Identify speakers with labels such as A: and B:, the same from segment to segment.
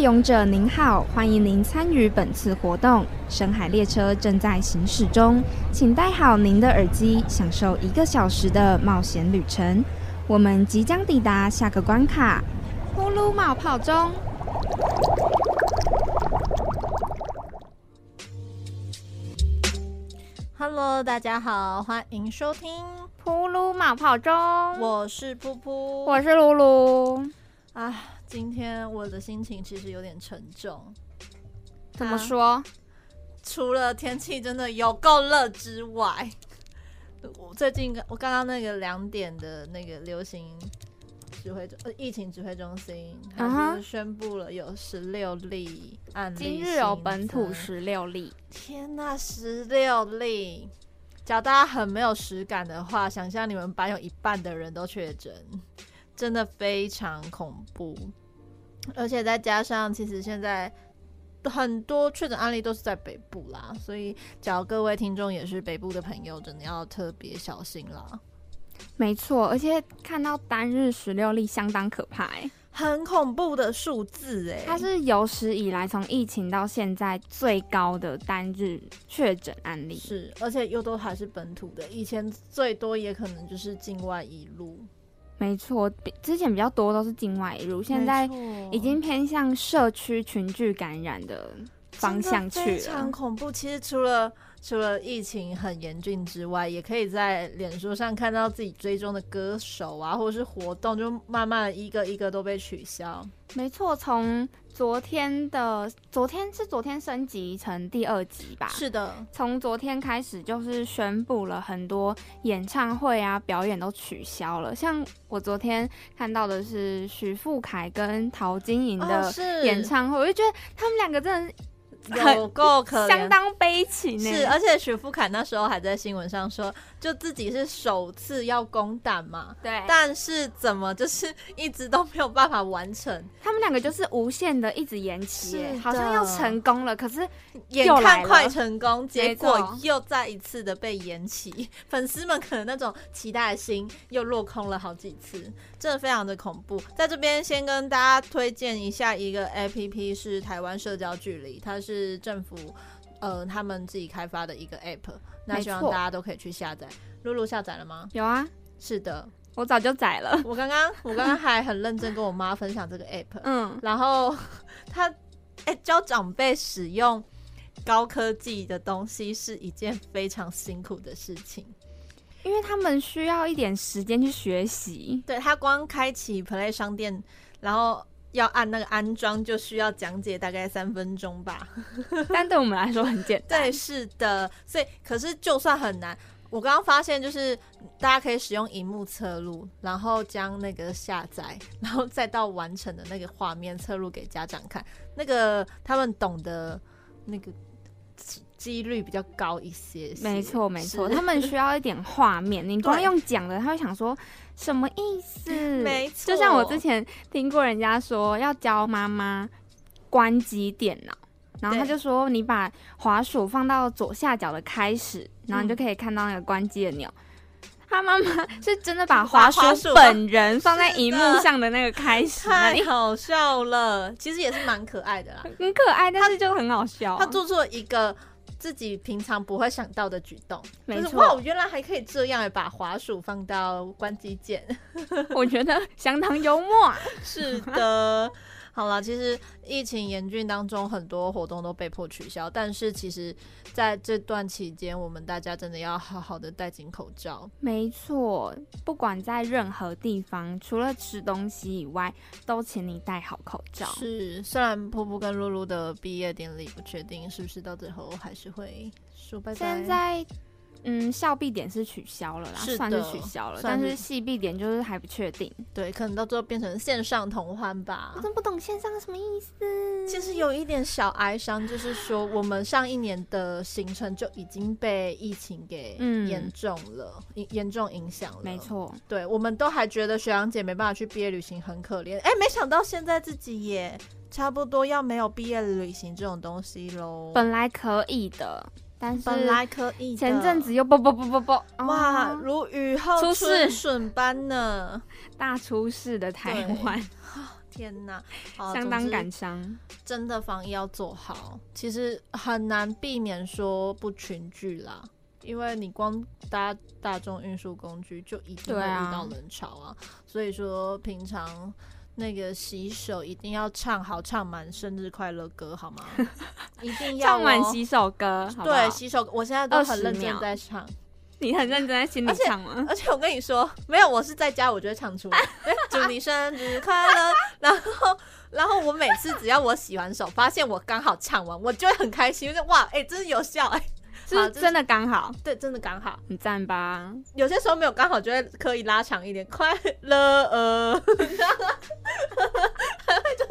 A: 勇者您好，欢迎您参与本次活动。深海列车正在行驶中，请戴好您的耳机，享受一个小时的冒险旅程。我们即将抵达下个关卡——呼噜冒泡钟。
B: Hello，大家好，欢迎收听，
A: 呼噜冒泡钟，
B: 我是噗噗，
A: 我是露露。
B: 啊，今天我的心情其实有点沉重，
A: 怎么说？
B: 除了天气真的有够热之外，我最近我刚刚那个两点的那个流行指挥中呃疫情指挥中心，
A: 嗯哼
B: 它就是宣布了有十六例案例，
A: 今日有本土，十六例，
B: 天呐，十六例！假如大家很没有实感的话，想象你们班有一半的人都确诊，真的非常恐怖。而且再加上，其实现在很多确诊案例都是在北部啦，所以假如各位听众也是北部的朋友，真的要特别小心啦。
A: 没错，而且看到单日十六例相当可怕、欸，
B: 很恐怖的数字哎、
A: 它是有史以来从疫情到现在最高的单日确诊案例。
B: 是，而且又都还是本土的，以前最多也可能就是境外一路，
A: 没错，比之前比较多都是境外移入，现在
B: 没错
A: 已经偏向社区群聚感染的方向
B: 真的
A: 去
B: 非常
A: 了。
B: 恐怖。其实除了除了疫情很严峻之外，也可以在脸书上看到自己追踪的歌手啊，或者是活动，就慢慢的一个一个都被取消。
A: 没错，从昨天的昨天是昨天升级成第二级吧？
B: 是的，
A: 从昨天开始，就是宣布了很多演唱会啊、表演都取消了。像我昨天看到的是徐富凯跟陶晶莹
B: 哦
A: 的
B: 是
A: 演唱会，我就觉得他们两个真很
B: 有够可
A: 的
B: 怜
A: 相。当悲情欸呢、
B: 是，而且许富凯那时候还在新闻上说，就自己是首次要公蛋嘛，
A: 对，
B: 但是怎么就是一直都没有办法完成，
A: 他们两个就是无限的一直延期耶
B: 是，的
A: 好像要成功了，可是
B: 眼
A: 又来
B: 看
A: 了
B: 快成功，结果
A: 错
B: 又再一次的被延期，粉丝们可能那种期待的心又落空了好几次，真的非常的恐怖。在这边先跟大家推荐一下一个 APP，是台湾社交距离，它是政府呃他们自己开发的一个 app，那
A: 没
B: 希望
A: 错
B: 大家都可以去下载。露露下载了吗？
A: 有啊，
B: 是的，
A: 我早就宰了。
B: 我刚刚我刚刚还很认真跟我妈分享这个 app，
A: 嗯，
B: 然后 他哎、教长辈使用高科技的东西是一件非常辛苦的事情。
A: 因为他们需要一点时间去学 习。
B: 对他光开启 Play 商店，然后要按那个安装，就需要讲解大概三分钟吧。
A: 但对我们来说很 简单。
B: 对，是的，所以可是就算很难。我刚刚发现，就是大家可以使用荧幕侧录，然后将那个下载，然后再到完成的那个画面侧录给家长看，那个他们懂得那个几率比较高一些些
A: 没错，没错，
B: 是
A: 他们需要一点画面。你光用讲的，他会想说什么意思？
B: 没错
A: 就像我之前听过人家说要教妈妈关机电脑，然后他
B: 对
A: 就说你把滑鼠放到左下角的开始，然后你就
B: 嗯
A: 可以看到那个关机的钮。他妈 妈是真的把
B: 把
A: 滑
B: 滑
A: 鼠
B: 鼠
A: 本人放在
B: 是
A: 荧幕
B: 的
A: 上的那个 开始那
B: 太
A: 里，
B: 好笑了，其实也是蛮可爱的啦。
A: 很可爱，但是就很好笑啊。
B: 他做出了一个自己平常不会想到的举动，
A: 没
B: 就是
A: 错
B: 哇，我原来还可以这样，把滑鼠放到关机键。
A: 我觉得相当幽默啊。
B: 是的。 好了，其实疫情严峻当中，很多活动都被迫取消。但是其实在这段期间，我们大家真的要好好的戴紧口罩。
A: 没错，不管在任何地方，除了吃东西以外，都请你戴好口罩。
B: 是，虽然噗噗跟露露的毕业典礼不确定是不是到最后还是会说拜拜。
A: 现在，嗯，校必点是取消了啦，
B: 是的
A: 算是取消了，
B: 算
A: 但是
B: 是
A: 系必点就是还不确定。啊
B: 对，可能到最后变成线上同欢吧
A: 我。真不懂线上什么意思。
B: 其实有一点小哀伤，就是说我们上一年的行程就已经被疫情给
A: 嗯
B: 严重了，严、严重影响了。
A: 没错，
B: 对，我们都还觉得学长姐没办法去毕业旅行很可怜，哎，没想到现在自己也差不多要没有毕业旅行这种东西喽。
A: 本来可以的，但是
B: 本来可以的，
A: 前阵子又啵啵啵啵啵，
B: 哇，
A: 哦
B: 如雨后
A: 出事
B: 春笋般呢。
A: 大出事的台湾，
B: 天哪，好
A: 相当，感
B: 啊总之
A: 伤。
B: 真的防疫要做好，其实很难避免说不群聚啦，因为你光搭大众运输工具就一定会
A: 对啊
B: 遇到人潮啊，所以说平常。那个洗手一定要唱好唱满生日快乐歌 好吗？一定要、哦、
A: 唱完洗手歌，好不好
B: 对洗手，我现在都很
A: 20
B: 认真
A: 秒
B: 在唱，
A: 你很认真在心里
B: 而且
A: 唱吗？
B: 而且我跟你说，没有，我是在家，我就会唱出来。哎祝你生日快乐。 然后，然后我每次只要我洗完手，发现我刚好唱完，我就会很开心，就是哇，哎、真的有效，哎、
A: 是不是
B: 这是
A: 真的刚好，
B: 对，真的刚好。
A: 很赞吧？
B: 有些时候没有刚好，就会刻意拉长一点，快乐 呃，就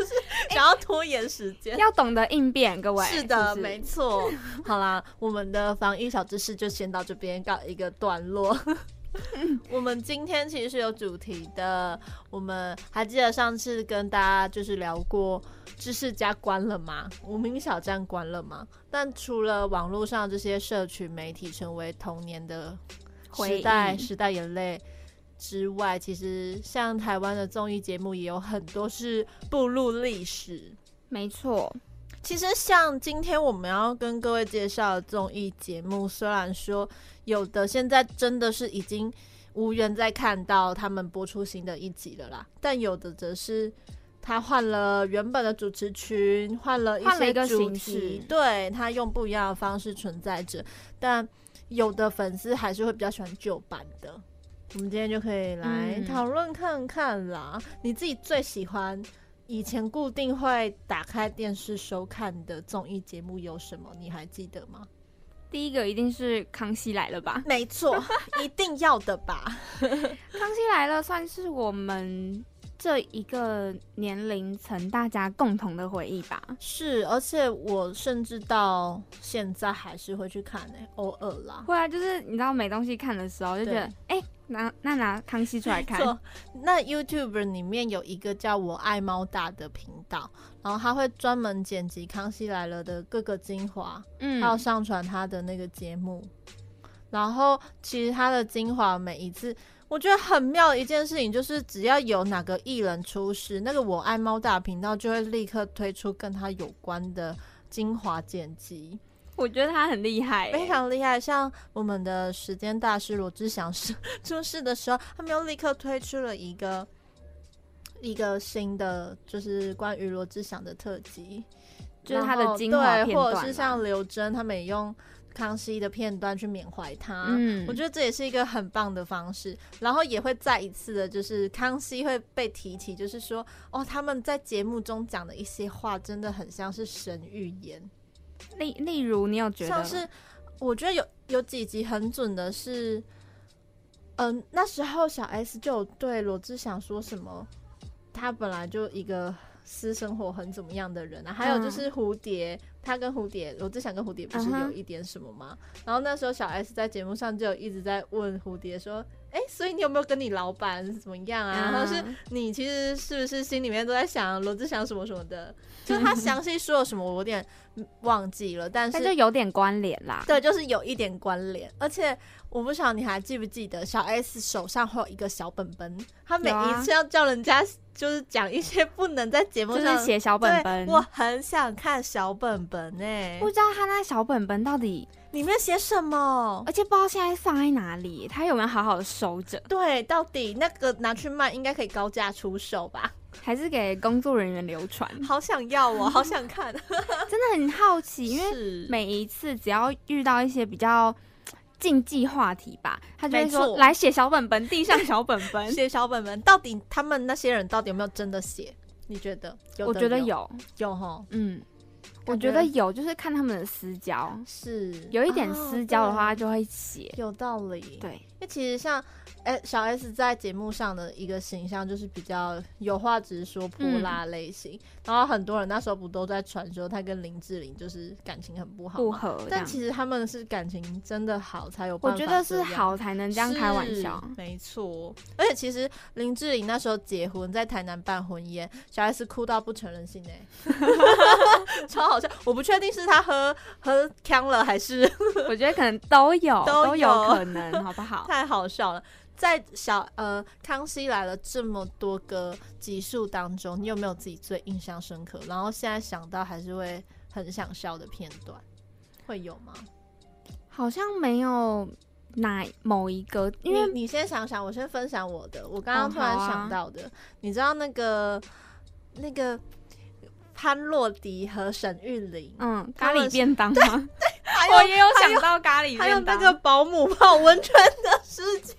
B: 是想要拖延时间。
A: 要懂得应变，各位。
B: 呃是的，
A: 不
B: 没错。 好啦，我们的防疫小知识就先到这边告一个段 落。我们今天其实是有主题的，我们还记得上次跟大家就是聊过知识家关了吗？无名小站关了吗？但除了网络上这些社群媒体成为童年的
A: 回
B: 时代
A: 忆
B: 时代眼泪之外，其实像台湾的综艺节目也有很多是步入历史。
A: 没错，
B: 其实像今天我们要跟各位介绍的综艺节目，虽然说有的现在真的是已经无缘再看到他们播出新的一集了啦，但有的则是他换了原本的主持群，换了一
A: 换了
B: 些
A: 一个
B: 主
A: 形
B: 题
A: 式，
B: 对他用不一样的方式存在着，但有的粉丝还是会比较喜欢旧版的。我们今天就可以来
A: 嗯
B: 讨论看看啦，你自己最喜欢以前固定会打开电视收看的综艺节目有什么？你还记得吗？
A: 第一个一定是《康熙来了》吧？
B: 没错， 一定要的吧。
A: 《康熙来了》算是我们这一个年龄层大家共同的回忆吧。
B: 是，而且我甚至到现在还是会去看诶、偶尔啦。
A: 会啊，就是你知道没东西看的时候，就觉得哎、拿那拿康熙出来看，
B: 错，那 YouTube 里面有一个叫“我爱猫大”的频道，然后他会专门剪辑《康熙来了》的各个精华，
A: 嗯
B: 还有上传他的那个节目。然后其实他的精华每一次，我觉得很妙的一件事情就是，只要有哪个艺人出事，那个我爱猫大频道就会立刻推出跟他有关的精华剪辑，
A: 我觉得他很厉害、
B: 非常厉害。像我们的时间大师罗志祥是出事的时候，他们又立刻推出了一个。一个新的就是关于罗志祥的特辑，
A: 就是他
B: 然
A: 的
B: 后
A: 精华
B: 对，
A: 片
B: 或
A: 段
B: 者
A: 啦，
B: 是像刘真他们也用康熙的片段去缅怀他。
A: 嗯，
B: 啊我觉得这也是一个很棒的方式，然后也会再一次的，就是康熙会被提起，就是说，哦，他们在节目中讲的一些话，真的很像是神预言，
A: 例例如你有觉得
B: 像是我觉得有有几集很准的是，嗯、那时候小 S 就有对罗志祥说什么，他本来就一个私生活很怎么样的人啊，还有就
A: 嗯
B: 是蝴蝶，他跟蝴蝶罗志祥跟蝴蝶不是
A: 嗯哼
B: 有一点什么吗？然后那时候小 S 在节目上就有一直在问蝴蝶说。哎，所以你有没有跟你老板怎么样啊？或者是
A: 嗯
B: 你其实是不是心里面都在想罗志祥什么什么的？ 就他详细说了什么，我有点忘记了。但是
A: 但就有点关联啦，
B: 对，就是有一点关联。而且我不晓得你还记不记得，小 S 手上会有一个小本本，她每
A: 有啊
B: 一次要叫人家就是讲一些不能在节目
A: 就
B: 上
A: 是写小本本，
B: 对我很想看小本本呢、
A: 不知道他那小本本到底，
B: 里面写什么？
A: 而且不知道现在放在哪里，他有没有好好的收着，
B: 对，到底那个拿去卖应该可以高价出售吧？
A: 还是给工作人员流 传？
B: 好想要哦，好 想看，
A: 真的很好奇，因为
B: 是
A: 每一次只要遇到一些比较禁忌话题吧，他就会
B: 没错
A: 说来写小本本，递上小本本。
B: 写小本本，到底他们那些人到底有没有真的写？你觉得？ 有
A: 我
B: 的
A: 觉得
B: 有
A: 有，
B: 有哈，
A: 嗯，我
B: 感
A: 觉
B: 觉
A: 得有，就是看他们的私交，
B: 是
A: 有一点
B: 哦
A: 私交的话，他
B: 对
A: 就会写。
B: 有道理。
A: 对，
B: 因为其实像哎、小 S 在节目上的一个形象就是比较有话直说、泼
A: 嗯
B: 辣类型，然后很多人那时候不都在传说她跟林志玲就是感情很不好
A: 不
B: 吗？
A: 合这
B: 哦但
A: 样。
B: 其实他们是感情真的好才有
A: 我
B: 办法
A: 觉得
B: 这
A: 是
B: 样
A: 好才能这样开玩笑，
B: 是没错。而且其实林志玲那时候结婚，在台南办婚宴，小 S 哭到不成人性哎、 超好笑。我不确定是她喝喝呛了还是
A: 我觉得可能都有
B: 都
A: 有
B: 有
A: 可能，好不好？
B: 太好笑了。在小呃《康熙来了》这么多个集数当中，你有没有自己最印象深刻？然后现在想到还是会很想笑的片段，会有吗？
A: 好像没有哪某一个，因为
B: 你你先想想，我先分享我的。我刚刚
A: 哦
B: 突然
A: 好啊
B: 想到的，你知道那个那个潘洛迪和沈玉玲，
A: 嗯，
B: 他
A: 咖
B: 们
A: 喱便 当吗？
B: 还
A: 我
B: 有
A: 也有想到咖喱
B: 还有
A: 便
B: 那
A: 当，啊
B: 个保姆泡温泉的事情，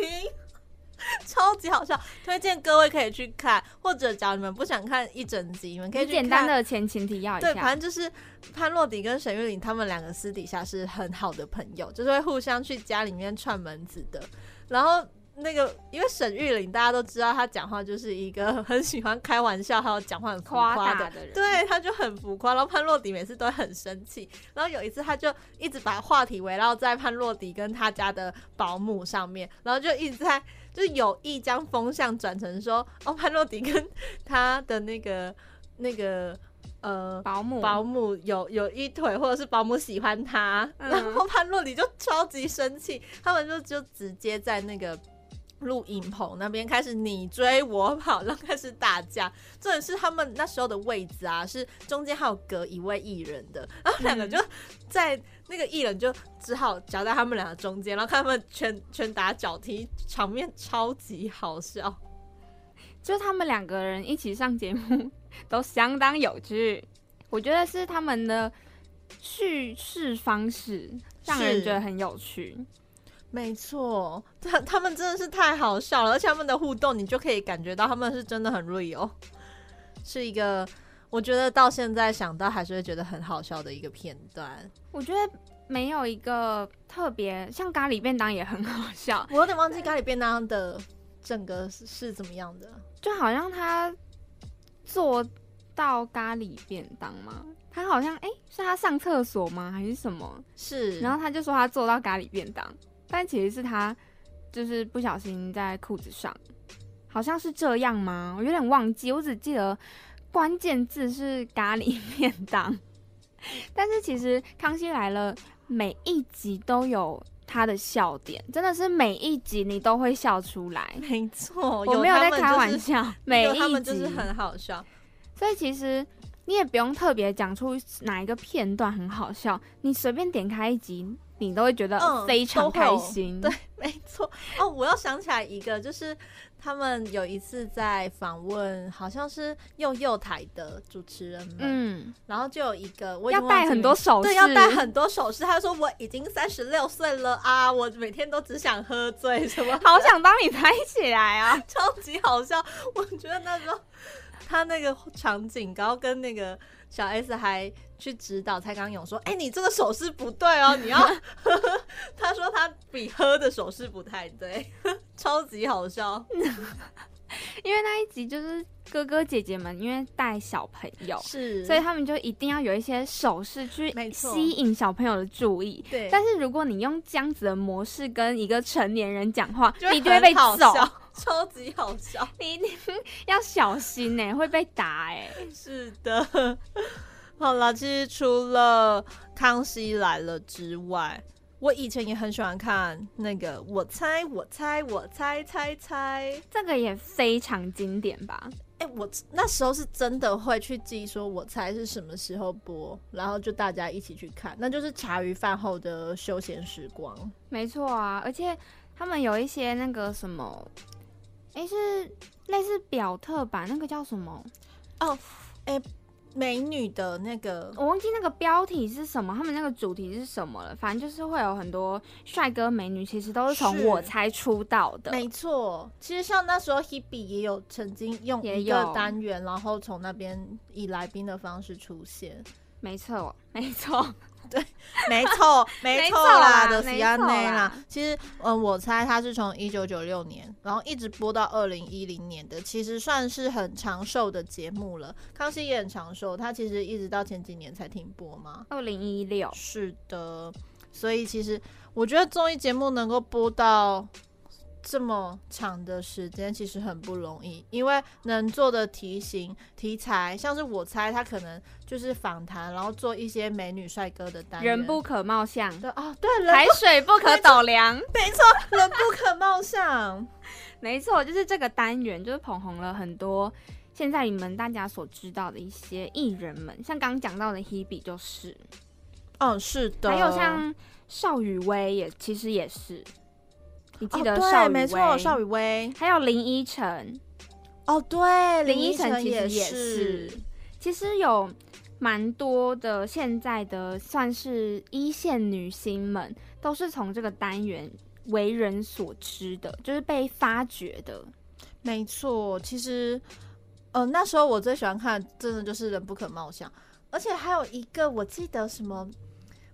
B: 超级好笑。推荐各位可以去看，或者假如你们不想看一整集，你们可以
A: 你
B: 去
A: 简
B: 看
A: 单的前情提要一
B: 对，
A: 下。
B: 反正就是潘洛迪跟沈玉琳他们两个私底下是很好的朋友，就是会互相去家里面串门子的。然后那个，因为沈玉琳大家都知道，她讲话就是一个 很喜欢开玩笑，还有讲话很浮
A: 夸
B: 夸
A: 大
B: 的。
A: 的人，
B: 对，他就很浮夸，然后潘洛迪每次都会很生气。然后有一次，他就一直把话题围绕在潘洛迪跟他家的保姆上面，然后就一直在就是有意将风向转成说，哦，潘洛迪跟他的那个那个呃
A: 保姆
B: 保姆有有一腿，或者是保姆喜欢他，
A: 嗯
B: 然后潘洛迪就超级生气，他们就就直接在那个。录影棚那边开始你追我跑，然后开始打架。重点是他们那时候的位置啊，是中间还有隔一位艺人的，然后两个就在那个艺人就只好夹在他们两个中间，然后看他们拳拳打脚踢，场面超级好笑。
A: 就他们两个人一起上节目 都相当有趣，我觉得是他们的叙事方式让人
B: 是
A: 觉得很有趣。
B: 没错，他他们真的是太好笑了，而且他们的互动你就可以感觉到他们是真的很 real，是一个我觉得到现在想到还是会觉得很好笑的一个片段。
A: 我觉得没有一个特别像咖喱便当也很好笑，
B: 我有点忘记咖喱便当的整个是是怎么样的，
A: 就好像他做到咖喱便当嘛，他好像哎、是他上厕所吗还是什么？
B: 是
A: 然后他就说他做到咖喱便当，但其实是他就是不小心在裤子上，好像是这样吗？我有点忘记，我只记得关键字是咖喱 便当。但是其实《康熙来了》每一集都有他的笑点，真的是每一集你都会笑出来。
B: 没错，
A: 我没有在
B: 哦他们
A: 开
B: 就是
A: 玩，笑，每
B: 有他
A: 一
B: 们
A: 集
B: 就是很好笑，
A: 所以其实你也不用特别讲出哪一个片段很好笑，你随便点开一集，你都会觉得
B: 嗯
A: 非常
B: 都会有
A: 开心。
B: 对，没错。哦，我又想起来一个，就是他们有一次在访问，好像是幼幼台的主持人们。
A: 嗯，
B: 然后就有一个我已
A: 要
B: 经忘
A: 戴
B: 记
A: 很
B: 名
A: 多
B: 字
A: 首饰，
B: 对，要 戴很多首饰。他说我已经三十六岁了啊，我每天都只想喝醉，什么
A: 好想帮你拍起来 啊！
B: 超级好笑。我觉得那时候他那个场景，然后跟那个小 S 还去指导蔡康永说：“哎、你这个手势不对哦， 你要喝。”他说他比喝的手势不太对， 超级好笑。
A: 因为那一集就是哥哥姐姐们因为带小朋友，
B: 是
A: 嗯所以他们就一定要有一些手势去
B: 没错
A: 吸引小朋友的注意。
B: 对，
A: 但是如果你用这样子的模式跟一个成年人讲话，你就
B: 就
A: 会
B: 会
A: 被
B: 很好
A: 揍，
B: 笑， 超级好笑。
A: 你一定要小心呢、会被打哎、
B: 是的， 好了，其实除了《康熙来了》之外，我以前也很喜欢看那个“我猜我猜我猜猜猜
A: 这个也非常经典吧？”。
B: 哎、我那时候是真的会去记，说我猜是什么时候播，然后就大家一起去看，那就是茶余饭后的休闲时光。
A: 没错啊，而且他们有一些那个什么，诶，是类似表特版，那个叫什么？
B: 美女的那个
A: 我忘记那个标题是什么，他们那个主题是什么了。反正就是会有很多帅哥美女，其实都是从
B: 是
A: 我猜出道的。
B: 没错，其实像那时候 Hebe 也有曾经用
A: 也
B: 一个
A: 有
B: 单元，然后从那边以来宾的方式出现。
A: 没错，没 错，
B: 没错，没
A: 没
B: 错啦
A: 错啦
B: 的
A: 没
B: C N
A: 错
B: A
A: 啦
B: 啦。其实，嗯，我猜它是从一九九六年，然后一直播到二零一零年的，其实算是很长寿的节目了。康熙也很长寿，它其实一直到前几年才停播嘛。
A: 二零一六，
B: 是的，所以其实我觉得综艺节目能够播到这么长的时间其实很不容易，因为能做的题型、题材，像是我猜他可能就是访谈，然后做一些美女帅哥的单元。
A: 人不可貌相，
B: 对哦，对，人
A: 海水不可斗量。
B: 没错，人不可貌相。
A: 没错，就是这个单元，就是捧红了很多现在你们大家所知道的一些艺人们，像刚刚讲到的 Hebe 就是，
B: 嗯，是的。
A: 还有像邵雨薇也其实也是，你记得邵
B: 哦、对，
A: 雨薇？
B: 没错，邵雨薇。
A: 还有林依晨，
B: 哦，对，
A: 林依
B: 依
A: 晨
B: 晨
A: 其实也
B: 是
A: 是，其实有蛮多的现在的算是一线女星们，都是从这个单元为人所知的，就是被发掘的。
B: 没错。其实，呃，那时候我最喜欢看，真的就是人不可貌相，而且还有一个我记得什么。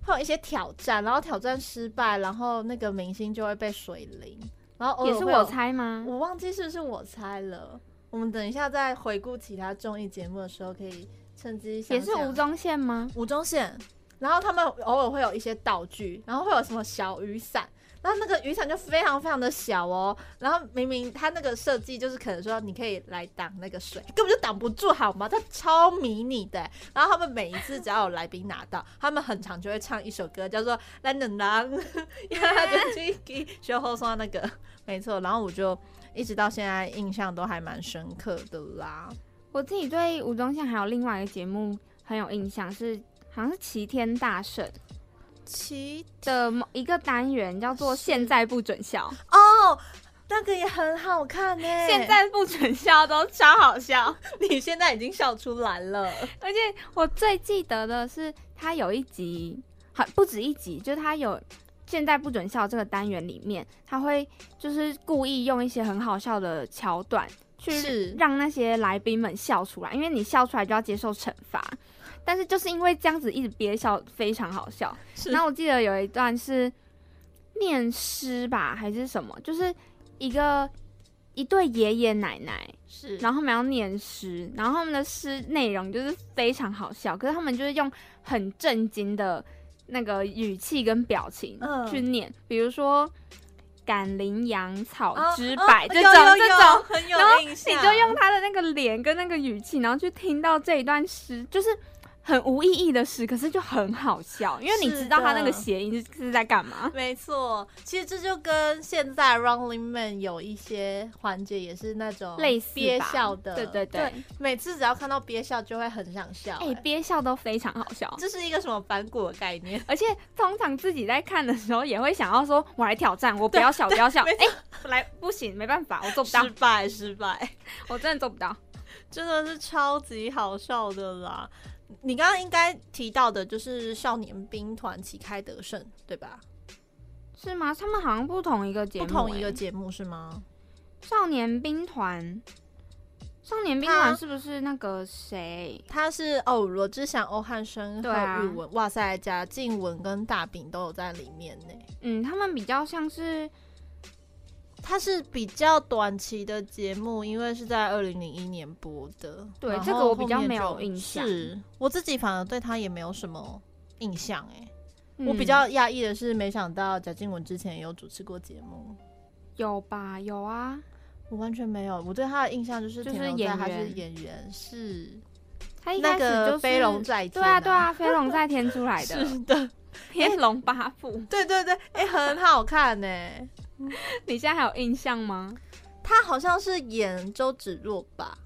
B: 会有一些挑战，然后挑战失败，然后那个明星就会被水淋，然后偶尔
A: 也是
B: 哦会有
A: 我猜吗？
B: 我忘记是不是我猜了。我们等一下再回顾其他综艺节目的时候，可以趁机想
A: 也是
B: 想
A: 吴宗宪吗？
B: 吴宗宪，然后他们偶尔会有一些道具，然后会有什么小雨伞，然后那个雨伞就非常非常的小哦，然后明明它那个设计就是可能说你可以来挡那个水，根本就挡不住好吗？它超迷你的欸，然后他们每一次只要有来宾拿到，他们很常就会唱一首歌叫做《蓝 冷狼》，因为他就去给学后说那个没错，然后我就一直到现在印象都还蛮深刻的啦。
A: 我自己对吴宗宪还有另外一个节目很有印象，是好像是《齐天大圣》
B: 其
A: 的某一个单元，叫做“现在不准笑
B: 哦，那个也很好看呢、”，
A: 现在不准笑都超好笑。
B: 你现在已经笑出来了，
A: 而且我最记得的是，他有一集，好不止一集，就是他有现在不准笑这个单元里面，他会就是故意用一些很好笑的桥段去
B: 是
A: 让那些来宾们笑出来，因为你笑出来就要接受惩罚。但是就是因为这样子一直憋笑，非常好笑。
B: 是
A: 然后我记得有一段是念诗吧，还是什么，就是一个一对爷爷奶奶，
B: 是然
A: 然后他们要念诗，然后他们的诗内容就是非常好笑，可是他们就是用很震惊的那个语气跟表情
B: 嗯
A: 去念，比如说“赶羚羊草
B: 后
A: 之百”这种、
B: 哦有有啊
A: 这
B: 有
A: 种，
B: 很
A: 然后
B: 有印象，
A: 你就用他的那个脸跟那个语气，然后去听到这一段诗，就是。很无意义的诗，可是就很好笑，因为你
B: 是
A: 知道他那个
B: 的
A: 谐音是是在干嘛。
B: 没错，其实这就跟现在 Running Man 有一些环节也是那种
A: 类似
B: 憋
A: 吧
B: 笑的，
A: 对对对
B: 对，每次只要看到憋笑就会很想笑、
A: 哎、
B: 哎
A: 憋笑都非常好笑。
B: 这是一个什么反骨的概念？
A: 而且通常自己在看的时候，也会想要说：“我来挑战，我不要笑，不要笑。”
B: 啊没
A: 哎、 来不行，没办法，我做不到
B: 失，败，失败。
A: 我真的做不到。
B: 真的是超级好笑的啦！你刚刚应该提到的就是少年兵团旗开得胜，对吧？
A: 是吗？他们好像不同一个节目、
B: 不同一个
A: 哎
B: 节目是吗？
A: 少年兵团。少年兵
B: 他
A: 团是不是那个谁？
B: 他是哦，罗志祥、欧汉声
A: 对
B: 还
A: 啊
B: 有宇文，哇塞，贾静雯跟大饼都有在里面呢。
A: 嗯，他们比较像是
B: 它是比较短期的节目，因为是在二零零一年播的。
A: 对
B: 然后
A: 这个我比较
B: 后面
A: 没有
B: 就
A: 印象
B: 是我自己反而对他也没有什么印象哎、我
A: 嗯
B: 比较讶异的是，没想到贾静雯之前也有主持过节目。
A: 有吧，有啊。
B: 我完全没有，我对他的印象就是
A: 就
B: 停
A: 是
B: 留
A: 演
B: 在他是
A: 员
B: 演员，是
A: 他一开
B: 那
A: 始就
B: 个
A: 是
B: 飞龙在天、
A: 对啊，对，啊，飞龙在天出来的，
B: 是的，
A: 天龙八部。
B: 对对对，哎、很好看呢、
A: 你现在还有印象吗？
B: 他好像是演周芷若吧，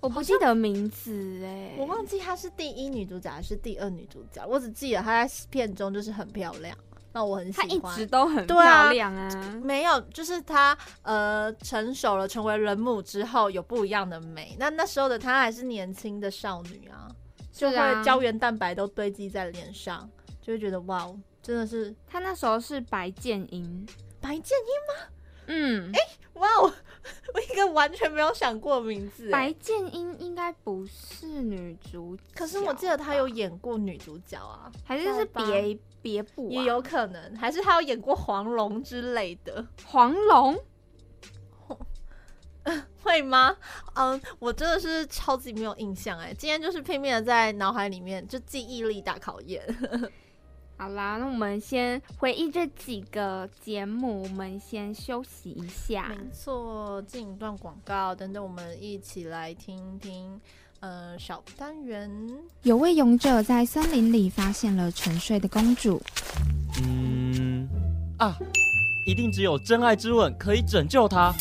A: 我不记得名字哎、
B: 我忘记她是第一女主角还是第二女主角，我只记得她在片中就是很漂亮，那我很
A: 她一
B: 喜欢
A: 直。都很
B: 对啊
A: 漂亮啊。
B: 没有，就是她呃成熟了，成为人母之后有不一样的美。那那时候的她还是年轻的少女啊，就会胶原蛋白都堆积在脸上，就会觉得哇，哦真的是
A: 他那时候是白建英，
B: 白建
A: 嗯，
B: 英，哇哦， 我一个完全没有想过的名字。欸
A: 白，建英应该不是女主角吧，
B: 可是我记得她有演过女主角啊，
A: 还是是别别部、啊，
B: 也有可能，还是她有演过黄蓉之类的，
A: 黄龙，
B: 会吗？嗯，我真的是超级欸没有印象哎、今天就是拼命的在脑海里面就记忆力大考验。
A: 好啦，那我们先回忆这几个节目，我们先休息一下。
B: 没错，进一段广告，等等我们一起来听听，呃，小单元。
A: 有位勇者在森林里发现了沉睡的公主，
C: 嗯啊，一定只有真爱之吻可以拯救她。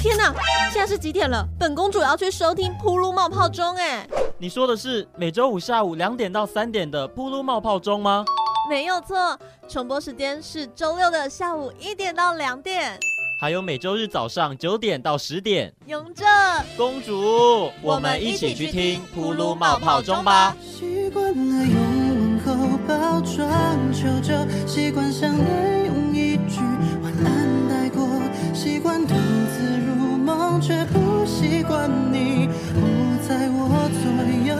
B: 天哪，现在是几点了？本公主要去收听《噗噜冒泡钟》哎，
C: 你说的是每周五下午两点到三点的噗噜冒泡钟吗？
B: 没有错，重播时间是周六的下午一点到两点。
C: 还有每周日早上九点到十点，
B: 勇者，
C: 公主，我们一起去听噗噜冒泡钟吧。
D: 习惯了用问候包装求救，习惯想念用一句晚安带过，习惯独自入梦，却不习惯你不在我左右。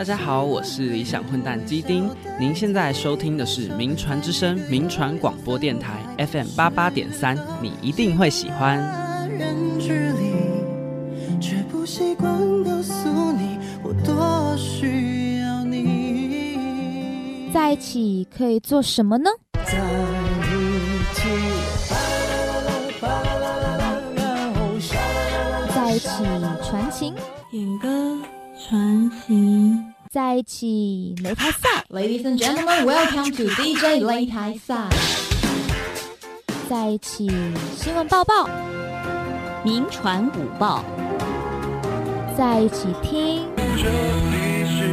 E: 大家好，我是理想混蛋基丁。您现在收听的是名传之声名传广播电台 FM 八八点三，你一定会喜欢。
D: 人距离，却不习惯告诉你我多需要你。
F: 在一起可以做什么呢？
D: 在一起，巴啦啦啦，巴啦啦啦，然后下
F: 在一起传情，
G: 点歌传情。
F: 在一起擂台赛，
G: Ladies and gentlemen, welcome to DJ 擂台赛。
F: 在一起新闻报报，
G: 名传五报，
F: 在一起听，
H: 这里是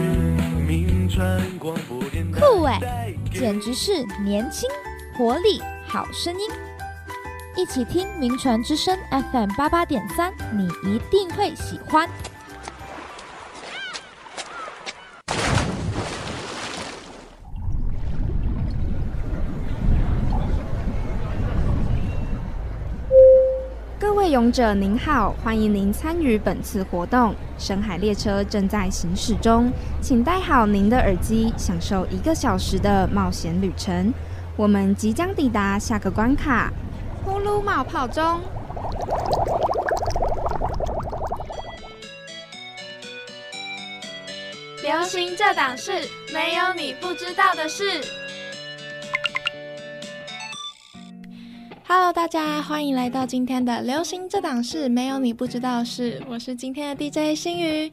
H: 名传广播电台。
F: 酷哎、简直是年轻、活力、好声音。一起听名传之声 FM 八八点三，你一定会喜欢。
A: 各位勇者您好，欢迎您参与本次活动。深海列车正在行驶中，请戴好您的耳机，享受一个小时的冒险旅程。我们即将抵达下个关卡——呼噜冒泡钟。
I: 流行这档事，没有你不知道的事。Hello，大家欢迎来到今天的《流行这档事》，没有你不知道的事。我是今天的 DJ 星宇，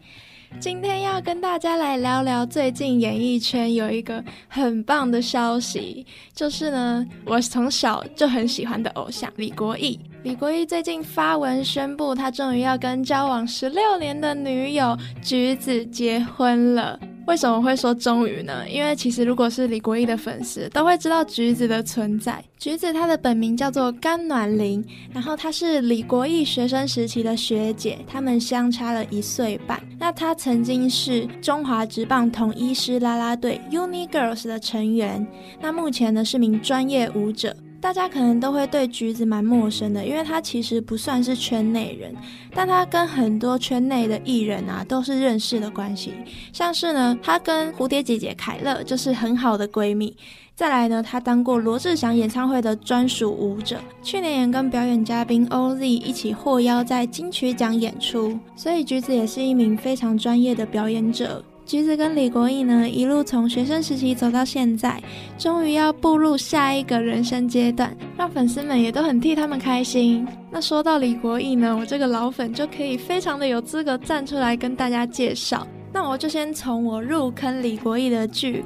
I: 今天要跟大家来聊聊最近演艺圈有一个很棒的消息，就是呢，我从小就很喜欢的偶像李国毅。李国毅最近发文宣布，他终于要跟交往十六年的女友橘子结婚了。为什么会说终于呢？因为其实如果是李国毅的粉丝，都会知道橘子的存在。橘子她的本名叫做甘暖玲，然后她是李国毅学生时期的学姐，他们相差了一岁半。那她曾经是中华职棒统一师啦啦队 Uni Girls 的成员，那目前呢是名专业舞者。大家可能都会对橘子蛮陌生的，因为她其实不算是圈内人，但她跟很多圈内的艺人啊都是认识的关系。像是呢，她跟蝴蝶姐姐凯乐就是很好的闺蜜。再来呢，她当过罗志祥演唱会的专属舞者，去年也跟表演嘉宾 OZ 一起获邀在金曲奖演出，所以橘子也是一名非常专业的表演者。橘子跟李国毅呢，一路从学生时期走到现在，终于要步入下一个人生阶段，让粉丝们也都很替他们开心。那说到李国毅呢，我这个老粉就可以非常的有资格站出来跟大家介绍。那我就先从我入坑李国毅的剧。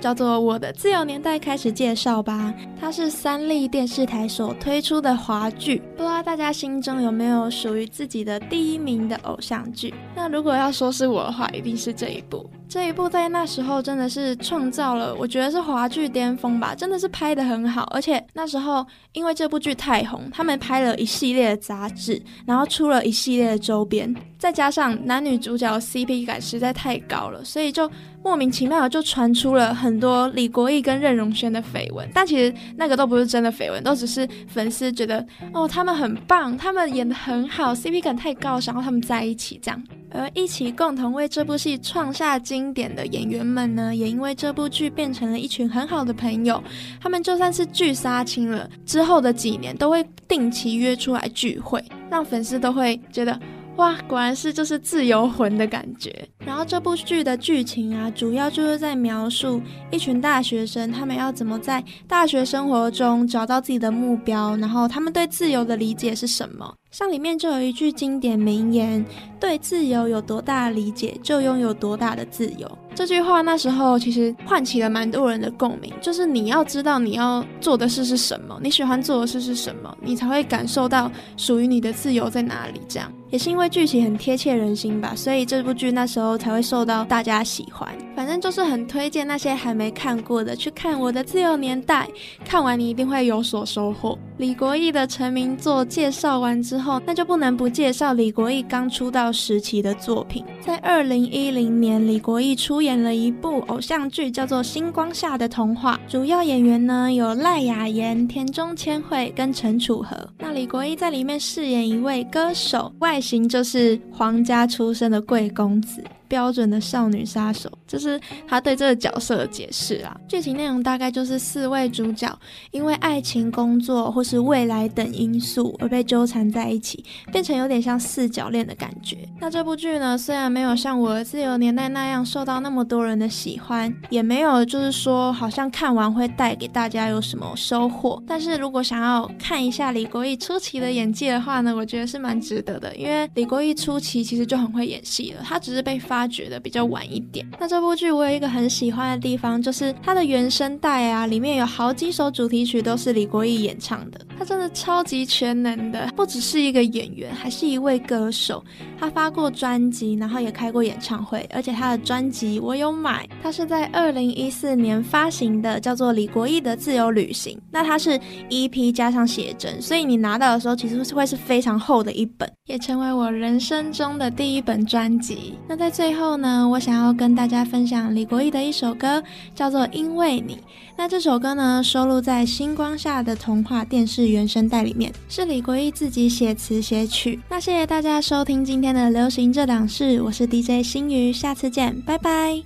I: 叫做《我的自由年代》开始介绍吧，它是三立电视台所推出的华剧。不知道大家心中有没有属于自己的第一名的偶像剧？那如果要说是我的话，一定是这一部。这一部在那时候真的是创造了，我觉得是华剧巅峰吧，真的是拍得很好。而且那时候因为这部剧太红，他们拍了一系列的杂志，然后出了一系列的周边，再加上男女主角的 CP 感实在太高了，所以就莫名其妙地就传出了很多李国毅跟任容萱的绯闻，但其实那个都不是真的绯闻，都只是粉丝觉得哦他们很棒，他们演得很好，CP 感太高，想要他们在一起这样。而一起共同为这部戏创下经典的演员们呢，也因为这部剧变成了一群很好的朋友。他们就算是剧杀青了，之后的几年都会定期约出来聚会，让粉丝都会觉得哇，果然是就是自由魂的感觉。然后这部剧的剧情啊，主要就是在描述一群大学生，他们要怎么在大学生活中找到自己的目标，然后他们对自由的理解是什么。像里面就有一句经典名言：“对自由有多大的理解，就拥有多大的自由。”这句话那时候其实唤起了蛮多人的共鸣，就是你要知道你要做的事是什么，你喜欢做的事是什么，你才会感受到属于你的自由在哪里。这样也是因为剧情很贴切人心吧，所以这部剧那时候才会受到大家喜欢。反正就是很推荐那些还没看过的去看《我的自由年代》，看完你一定会有所收获。李国义的成名作介绍完之后，那就不能不介绍李国义刚出道时期的作品。在二零一零年，李国义出演了一部偶像剧，叫做《星光下的童话》，主要演员呢有赖雅妍、田中千惠跟陈楚河。那李国义在里面饰演一位歌手，外形就是皇家出身的贵公子。标准的少女杀手，这是他对这个角色的解释啊。剧情内容大概就是四位主角因为爱情、工作或是未来等因素而被纠缠在一起，变成有点像四角恋的感觉。那这部剧呢，虽然没有像《我的自由年代》那样受到那么多人的喜欢，也没有就是说好像看完会带给大家有什么收获，但是如果想要看一下李国义初期的演技的话呢，我觉得是蛮值得的，因为李国义初期其实就很会演戏了，他只是被发掘的比较晚一点。那这部剧我有一个很喜欢的地方，就是它的原声带啊，里面有好几首主题曲都是李国义演唱的，他真的超级全能的，不只是一个演员，还是一位歌手。他发过专辑，然后也开过演唱会，而且他的专辑我有买，他是在二零一四年发行的，叫做李国义的《自由旅行》。那它是 EP 加上写真，所以你拿到的时候其实是会是非常厚的一本，也成为我人生中的第一本专辑。那在最后呢，我想要跟大家分享李国义的一首歌，叫做《因为你》。那这首歌呢，收录在《星光下的童话》电视原声带里面，是李国义自己写词写曲。那谢谢大家收听今天的流行这档事，我是 DJ 星宇，下次见，拜拜。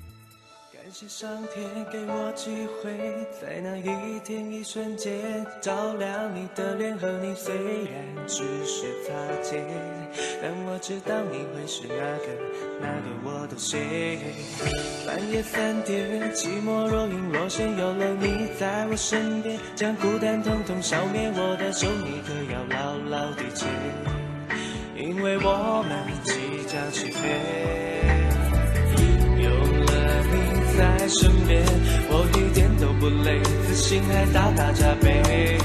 H: 感谢上天给我机会，在那一天一瞬间照亮你的脸和你，虽然只是擦肩，但我知道你会是那个那个我的谁。半夜三点，寂寞若隐若现，有了你在我身边，将孤单统统消灭。我的手你可要牢牢地牵，因为我们即将起飞。有了你在身边，我一点都不累，自信还大打加倍。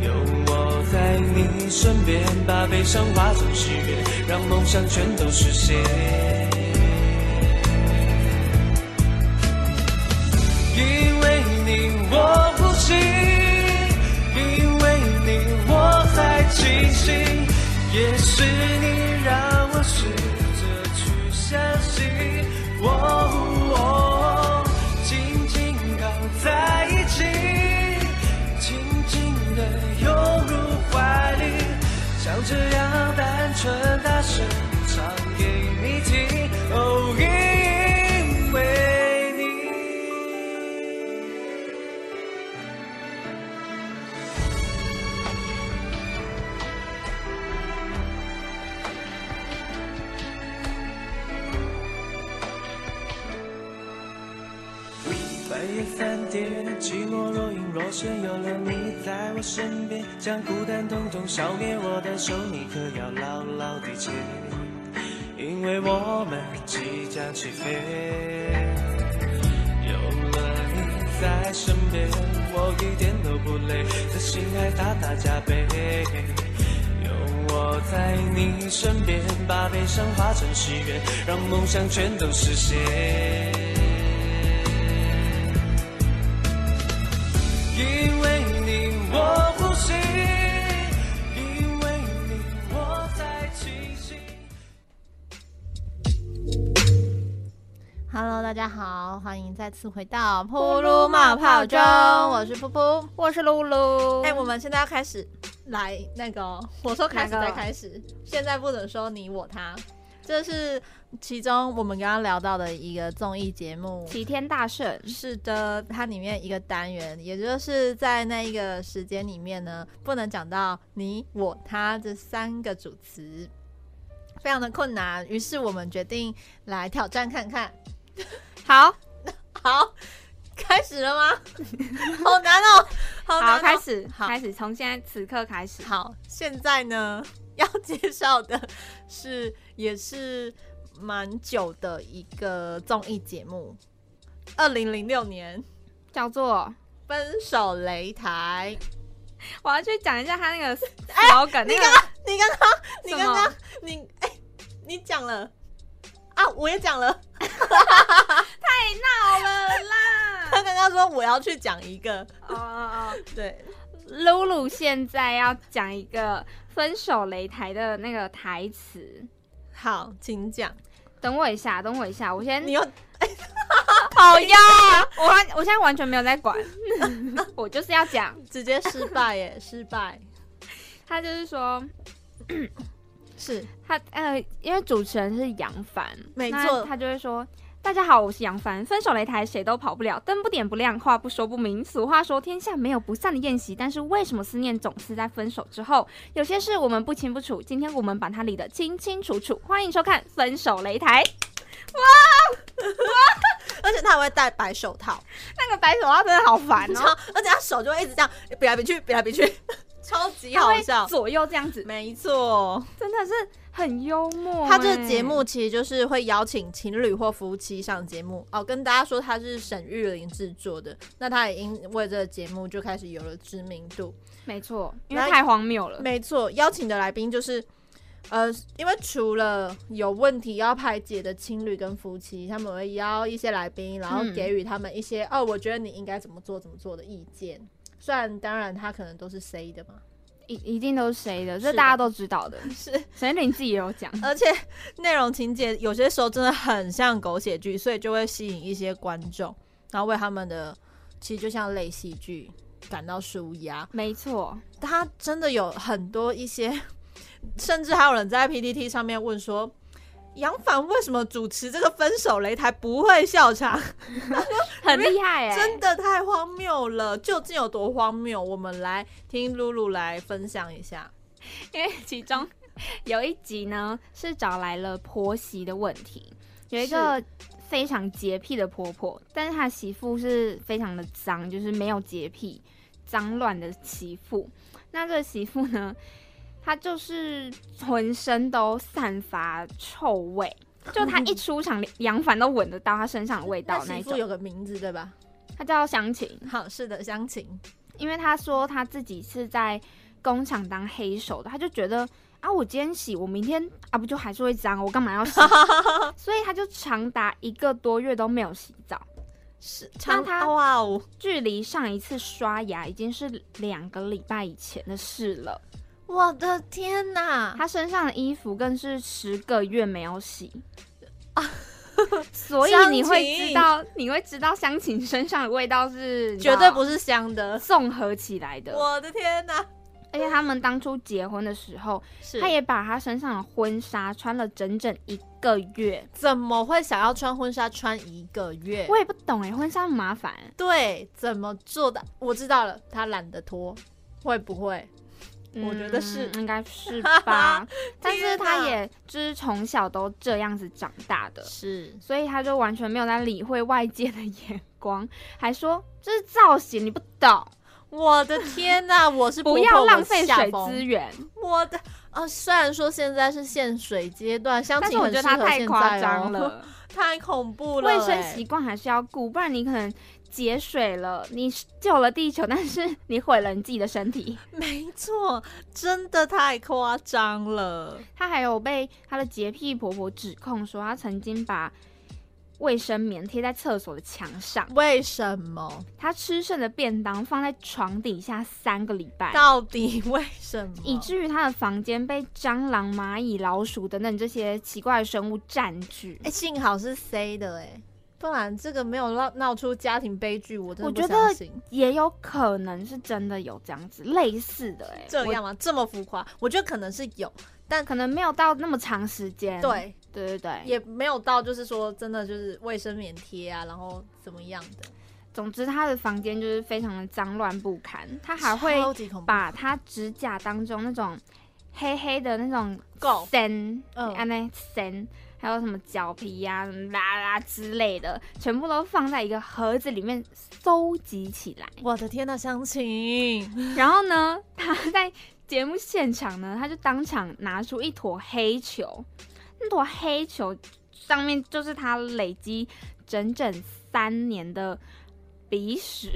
H: 有我在你身边，把悲伤化成喜悦，让梦想全都实现。因为你我呼吸，因为你我还清醒，也是你让我试着去相信。我、哦，紧紧靠在一起，紧紧的拥入怀里，像这样单纯大声唱给你听。哦，因为你。半夜三点，寂寞若隐若现，有了你在我身边，将孤单统统消灭。我的手你可要牢牢地牵，因为我们即将起飞。有了你在身边，我一点都不累，自信还大大加倍。有我在你身边，把悲伤化成喜悦，让梦想全都实现。因为你我呼吸，因为你我才清醒。
B: Hello，大家好，欢迎再次回到噗噜冒泡中，我是噗噗，我是露露。
J: 哎、我们现在要开始，
B: 来那个哦，我说开始
J: 哪个
B: 再开始，现在不能说你我他，这是其中我们刚刚聊到的一个综艺节目。
A: 齐天大圣，
B: 是的，它里面一个单元，也就是在那一个时间里面呢，不能讲到你、我、他这三个主词，非常的困难，于是我们决定来挑战看看。
A: 好，
B: 好，开始了吗？ 好难哦，好难、
A: 好，
B: 哦，
A: 开始，
B: 好
A: 开始，从现在此刻开始。
B: 好，现在呢要介绍的是也是蛮久的一个综艺节目，二零零六年《
A: 叫做
B: 分手擂台
A: 我要去讲一下 他那个 slogan，、那个》。
B: 你刚刚，你
A: 什
B: 刚
A: 么
B: 刚，你哎、你讲了啊，我也讲了。
A: 好了啦。
B: 他刚刚说我要去讲一个，
A: 哦哦哦，
B: 对，
A: 露露现在要讲一个分手擂台的那个台词。
B: 好，请讲。
A: 等我一下，等我一下，我先
B: 你又
A: 好呀！ 我完，我现在完全没有在管， 我就是要讲。
B: 直接失败耶， 失败
A: 他就是说，
B: 是
A: 他呃，因为主持人是杨凡，
B: 没
A: 那
B: 错
A: 他就会说：“大家好，我是杨凡，分手擂台谁都跑不了，灯不点不亮，话不说不明。俗话说，天下没有不散的宴席，但是为什么思念总是在分手之后？有些事我们不清不楚，今天我们把它理得清清楚楚。欢迎收看《分手擂台》，
B: 而且他还会戴白手套，
A: 那个白手套真的好烦
B: 然后
A: 哦，
B: 而且他手就会一直这样比来比去，比来比去，超级
A: 他
B: 好
A: 会
B: 笑。
A: 左右这样子，
B: 没错，
A: 真的是很幽默欸、
B: 他这个节目其实就是会邀请情侣或夫妻上节目哦。跟大家说，他是沈玉琳制作的，那他也因为这个节目就开始有了知名度。
A: 没错，因为
B: 来
A: 太荒谬了。
B: 没错，邀请的来宾就是，呃，因为除了有问题要排解的情侣跟夫妻，他们会邀一些来宾，然后
A: 嗯
B: 给予他们一些、哦，我觉得你应该怎么做怎么做的意见。虽然当然他可能都是 C 的嘛，
A: 一一定都是谁的，这
B: 是的
A: 大家都知道的。
B: 是，
A: 沈林自己也有讲，
B: 而且 内容情节有些时候真的很像狗血剧，所以就会吸引一些观众，然后为他们的其实就像类戏剧感到舒压。
A: 没错，
B: 他真的有很多一些，甚至还有人在 PTT 上面问说，杨凡为什么主持这个分手擂台不会 笑场？
A: 很厉害哎、
B: 真的太荒谬了！究竟有多荒谬？我们来听露露来分享一下。
A: 因为其中有一集呢是找来了婆媳的问题，有一个非常洁癖的婆婆，但是她媳妇是非常的脏，就是没有洁癖、脏乱的媳妇。那这个媳妇呢，她就是浑身都散发臭味。就她一出场，杨凡都闻得到她身上的味道那
B: 那媳
A: 一
B: 妇
A: 种。
B: 有个名字对吧？
A: 她叫湘琴，
B: 好，是的，湘琴。
A: 因为他说他自己是在工厂当黑手的，他就觉得啊，我今天洗，我明天啊不就还是会脏，我干嘛要 洗？所以他就长达一个多月都没有洗澡，
B: 是长
A: 他
B: 哇哦
A: 距离上一次刷牙已经是两个礼拜以前的事了。
B: 我的天哪！
A: 他身上的衣服更是十个月没有洗。
B: 啊
A: 所以你会知道，你会知道香芹身上的味道是
B: 绝对不
A: 是
B: 是香的。
A: 综合起来的。
B: 我的天哪！
A: 而且他们当初结婚的时候，
B: 是
A: 他也把他身上的婚纱穿了整整一个月，
B: 怎么会想要穿婚纱穿一个月？
A: 我也不懂哎、婚纱很麻烦，
B: 对，怎么做的？我知道了，他懒得脱，会不会？我觉得 是
A: 嗯应该是吧。但是他
B: 天哪
A: 也就是从小都这样子长大的，
B: 是
A: 所以他就完全没有在理会外界的眼光，还说这是造型，你不懂，
B: 我的天哪、 我是
A: 不
B: 婆
A: 要
B: 婆
A: 浪费
B: 我下
A: 水
B: 风
A: 资源。
B: 我的啊，虽然说现在是限水阶段，相
A: 但是
B: 信
A: 我觉得他太夸张，了，
B: 哦 太恐怖了、
A: 卫生
B: 欸
A: 习惯还是要顾，不然你可能。节水了，你救了地球，但是你毁了你自己的身体。
B: 没错，真的太夸张了。
A: 她还有被她的洁癖婆婆指控说，她曾经把卫生棉贴在厕所的墙上，
B: 为什么？
A: 她吃剩的便当放在床底下三个礼拜，
B: 到底为什么？
A: 以至于她的房间被蟑螂、蚂蚁、老鼠等等这些奇怪的生物占据
B: 哎、。幸好是 C 的哎、不然这个没有闹闹出家庭悲剧，我真的
A: 我
B: 不
A: 觉
B: 相
A: 得
B: 信
A: 也有可能是真的有这样子类似的、欸，
B: 这
A: 我
B: 样吗？啊这么浮夸，我觉得可能是有，但
A: 可能没有到那么长时间。
B: 对，
A: 对对对，
B: 也没有到就是说真的就是卫生棉贴啊，然后怎么样的，
A: 总之她的房间就是非常的脏乱不堪，她还会
B: 超级恐怖。
A: 把她指甲当中那种黑黑的那种
B: 狗
A: 绳，
B: 嗯
A: 啊那绳，还有什么脚皮呀、什么啦啦之类的，全部都放在一个盒子里面收集起 来。
B: 我的天呐，湘琴，
A: 然后呢，他在节目现场呢，他就当场拿出一坨黑球，那坨黑球上面就是他累积整整三年的鼻屎，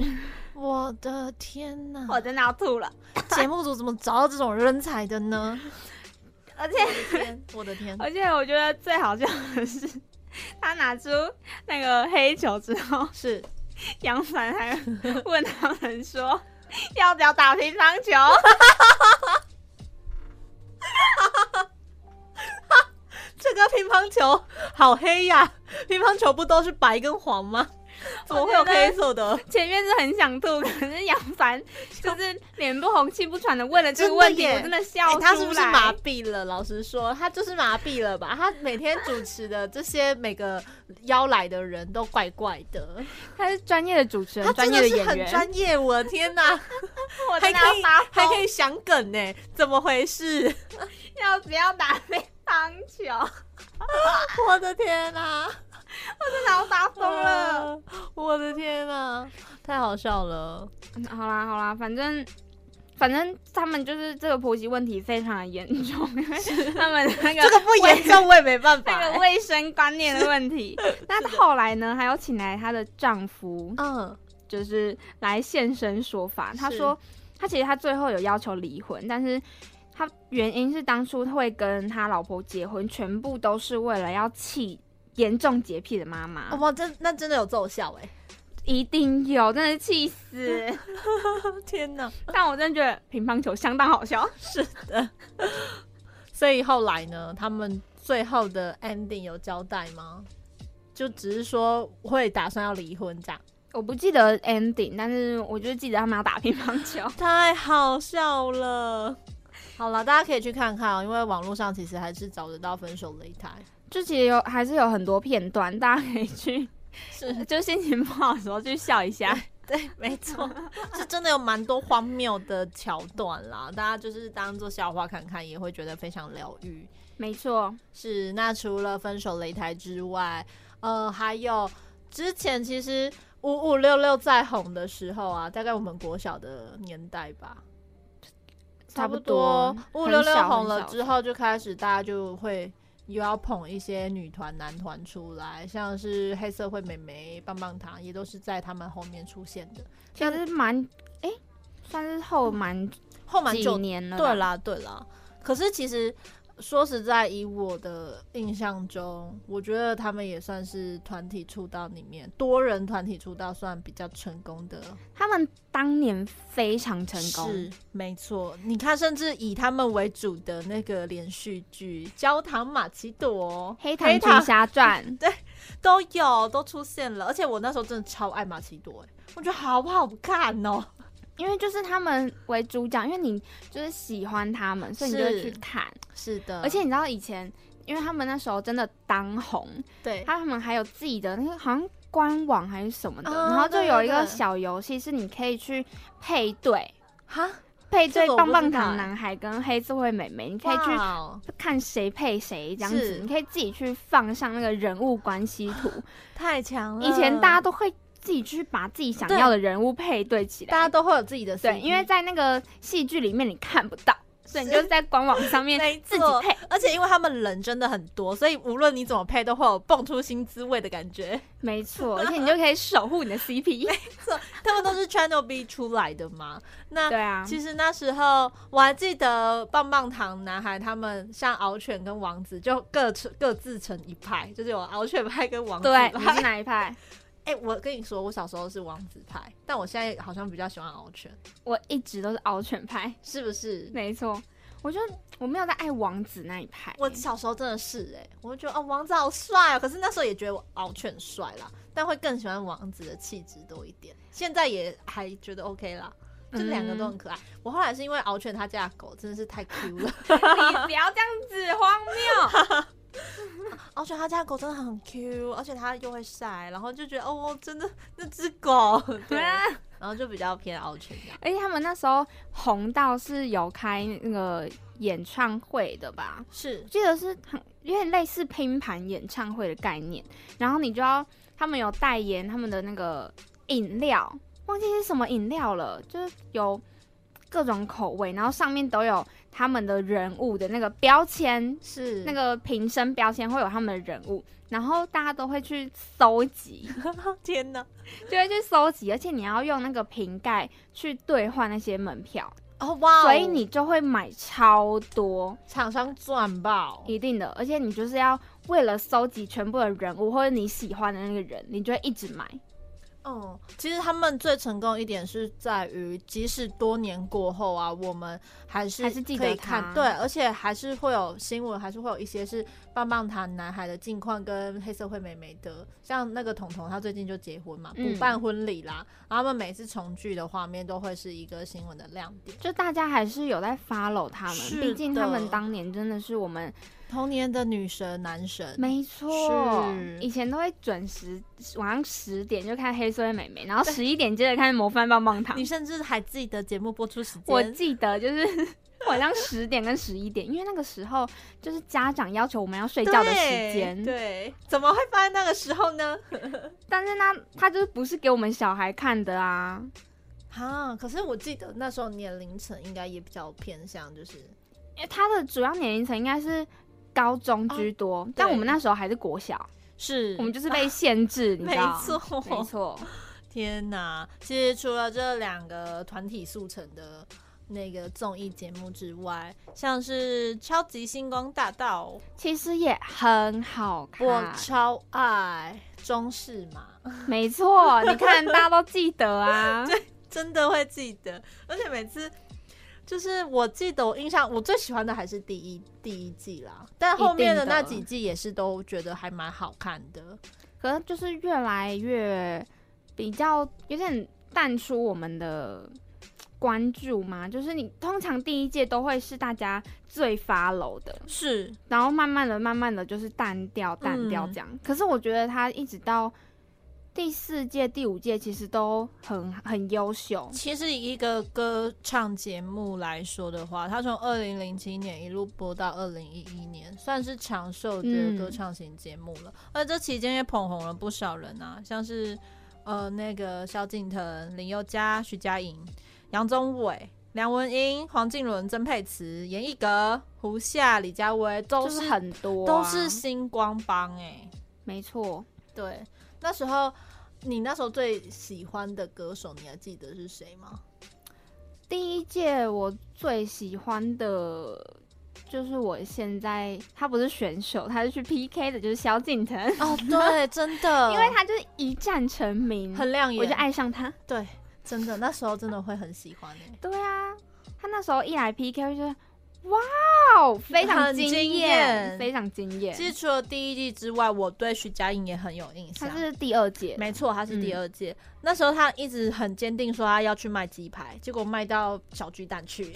B: 我的天 呐，
A: 我真的要吐了。
B: 节目组怎么找到这种人才的 呢？
A: 而且
B: 天我的天，
A: 而且我觉得最好笑的是，他拿出那个黑球之后，
B: 是
A: 杨凡还问他们说要不要打乒乓球，
B: 这个乒乓球好黑呀！乒乓球不都是白跟黄 吗？怎么会有
A: 我觉得
B: 黑色的？
A: 前面是很想吐，可是杨凡就是脸不红气不喘的问了这个
B: 真的
A: 问题，
B: 耶
A: 我真的笑出来。
B: 哎他是不是麻痹了？老实说，他就是麻痹了吧？他每天主持的这些每个邀来的人都怪怪的，
A: 他是专业的主持
B: 他
A: 人，专
B: 真
A: 业
B: 的是
A: 演
B: 很
A: 员，
B: 专业。 我的天哪，
A: 我真
B: 还可
A: 的要
B: 以
A: 发
B: 还
A: 疯
B: 可以想梗呢、怎么回事？
A: 要不要打乒乓球？
B: 我的天哪，
A: 真的要发疯了。
B: 啊！我的天哪，太好笑了！
A: 嗯好啦好啦，反正反正他们就是这个婆媳问题非常的严重，因为他们那个
B: 这个不严重我也没 办法、哎
A: 那个卫生观念的问 题。那后来呢，还有请来她的丈夫，
B: 嗯，
A: 就是来现身说法。他
B: 是
A: 说，他其实他最后有要求离婚，但是他原因是当初会跟他老婆结婚，全部都是为了要气严重洁癖的妈妈，
B: 啊哇，真那真的有奏效哎、
A: 一定有，真的是气死。
B: 天哪！
A: 但我真的觉得乒乓球相当好笑。
B: 所以后来呢，他们最后的 ending 有交代吗？就只是说会打算要离婚这样，
A: 我不记得 ending，但是我就记得他们要打乒乓球。
B: 太好笑了。好了，大家可以去看看哦，因为网擂上其实还是找得到分手擂台。
A: 就其实有还是有很多片段，大家可以去，
B: 是
A: 就心情不好的时候去笑一 下。
B: 对，没错，是真的有蛮多荒谬的桥段啦，大家就是当做笑话看看，也会觉得非常疗愈。
A: 没错，
B: 是，那除了分手擂台之外，呃，还有之前其实五五六六在红的时候啊，大概我们国小的年代吧，
A: 差
B: 不
A: 不多。
B: 五五六六红了之后，就开始大家就会又要捧一些女团、男团出来，像是黑社会美眉、棒棒糖，也都是在他们后面出现的，
A: 其实蛮哎、算是后蛮
B: 后蛮
A: 几
B: 久
A: 年了。
B: 对，啦，对啦。可是其实说实在，以我的印象中，我觉得他们也算是团体出道里面多人团体出道算比较成功的
A: 他们当年非常成
B: 是
A: 功，
B: 没错。你看，甚至以他们为主的那个连续剧《焦糖玛奇朵》
A: 《黑糖群侠传》
B: 都有都出现了，而且我那时候真的超爱玛奇朵、欸，我觉得好好看 哦。
A: 因为就是他们为主角，因为你就是喜欢他们，所以你就会去
B: 是
A: 看。
B: 是的
A: 而且你知道以前，因为他们那时候真的当红，
B: 对，
A: 他们还有自己的那个好像官网还是什么的，
B: 啊
A: 然后就
B: 对
A: 有
B: 对
A: 一个
B: 对
A: 小游戏是你可以去配对，
B: 哈，
A: 配
B: 这
A: 对
B: 个我
A: 棒
B: 不
A: 棒
B: 知道
A: 糖
B: 欸
A: 男孩跟黑社会美眉，你可以去
B: 哇哦
A: 看谁配谁这样子
B: 是，
A: 你可以自己去放上那个人物关系图。
B: 太强了。
A: 以前大家都会自己去把自己想要的人物配对起
B: 大
A: 来
B: 家，都会有自己的 CP
A: 对，因为在那个戏剧里面你看不到，所以你就是在官网上面
B: 没
A: 自己
B: 错
A: 配。
B: 而且因为他们人真的很多，所以无论你怎么配，都会有蹦出新滋味的感觉。
A: 没错，而且你就可以守护你的 CP。
B: 啊他们都是 Channel B 出来的嘛。那
A: 对啊，
B: 其实那时候我还记得棒棒糖男孩他们，像敖犬跟王子就各成各自成一派，就是有敖犬派跟王子
A: 对，
B: 派。
A: 你是哪一派？
B: 哎、我跟你说，我小时候是王子派，但我现在好像比较喜欢敖犬，
A: 我一直都是敖犬派，
B: 是不是？
A: 没错。我就我没有在爱王子那一派，
B: 我小时候真的是哎、我就觉得哦，王子好帅哦。可是那时候也觉得我敖犬帅啦，但会更喜欢王子的气质多一点。现在也还觉得 OK 啦，就两个都很可爱。我后来是因为敖犬他家的狗真的是太 Q 了，
A: 你不要这样子荒 谬。
B: 敖犬他家的狗真的很 Q，而且它又会晒，然后就觉得哦，真的那只狗， 对，然后就比较偏敖犬这样。
A: 而且他们那时候红到是有开那个演唱会的吧？
B: 是
A: 我记得是很有点类似拼盘演唱会的概念，然后你就要他们有代言他们的那个饮料，忘记是什么饮料了，就是有各种口味，然后上面都有他们的人物的那个标签，
B: 是
A: 那个瓶身标签会有他们的人物，然后大家都会去搜集，
B: 天哪！
A: 就会去搜集，而且你要用那个瓶盖去兑换那些门票，
B: 哦哇哦
A: 所以你就会买超多，
B: 厂商赚爆，
A: 一定的，而且你就是要为了搜集全部的人物或者你喜欢的那个人，你就会一直买。
B: 嗯，其实他们最成功一点是在于，即使多年过后啊，我们还是
A: 还是记得
B: 可以
A: 他
B: 看，对，而且还是会有新闻，还是会有一些是棒棒糖男孩的近况跟黑社会美眉的，像那个彤彤，他最近就结婚嘛，
A: 嗯
B: 补办婚礼啦，然后他们每次重聚的画面都会是一个新闻的亮点。
A: 就大家还是有在 follow 他们，
B: 是
A: 毕竟他们
B: 的
A: 当年真的是我们
B: 童年的女神、男神，
A: 没错，
B: 是
A: 以前都会准时晚上十点就看《黑社会美眉》，然后十一点接着看《模范棒棒糖
B: 你》。甚至还记得节目播出时间，
A: 我记得就是 晚上十点跟十一点，因为那个时候就是家长要求我们要睡觉的时间。
B: 对，对，怎么会放在那个时候呢？
A: 但是呢，他就是不是给我们小孩看的啊，
B: 啊，可是我记得那时候年龄层应该也比较偏向，就是
A: 因为他的主要年龄层应该是高中
B: 哦
A: 居多，但我们那时候还是国小，
B: 是
A: 我们就是被限 制，你知
B: 嗯啊没
A: 道？
B: 错，
A: 没。 错，
B: 天哪！其实除了这两个团体速成的那个综艺节目之外，像是《超级星光大道
A: 其实也很好》，看，
B: 我超爱中式嘛，
A: 没错，你看大家都记得 啊，
B: 真的会记得，而且每次。就是我记得我印象我最喜欢的还是第一第一季啦，但后面的
A: 一定的
B: 那几季也是都觉得还蛮好看的。
A: 可能就是越来越比较有点淡出我们的关注嘛，就是你通常第一届都会是大家最 follow 的，
B: 是，
A: 然后慢慢的、慢慢的就是淡掉、淡
B: 嗯
A: 掉这样。可是我觉得他一直到第四届、第五届，其实都很很优秀，
B: 其实以一个歌唱节目来说的话，它从二零零七年一路播到二零一一年，算是长寿的
A: 嗯
B: 歌唱型节目了。而这期间也捧红了不少人啊，像是呃那个萧敬腾、林宥嘉、徐佳莹、杨宗纬。梁文音、黄靖伦、曾沛慈、严艺格、胡夏、李佳薇都
A: 就是是很多啊、
B: 都是星光帮哎、欸
A: 没错。
B: 对，那时候你那时候最喜欢的歌手，你还记得是谁吗？
A: 第一届我最喜欢的就是我现在他不是选手，他是去 PK 的，就是萧敬腾，
B: 哦，对，真的，
A: 因为他就是一战成名，
B: 嗯很亮眼，
A: 我就，爱上他。
B: 对，真的，那时候真的会很喜欢欸诶、
A: 对啊，他那时候一来 PK 我就觉得哇哦，非常
B: 很
A: 惊
B: 惊艳
A: 非常惊艳。
B: 其实除了第一季之外，我对徐佳莹也很有印
A: 他
B: 象。
A: 是第二届，
B: 没错，她是第
A: 嗯
B: 二届、那时候她一直很坚定说她要去卖鸡排，结果卖到小巨蛋去。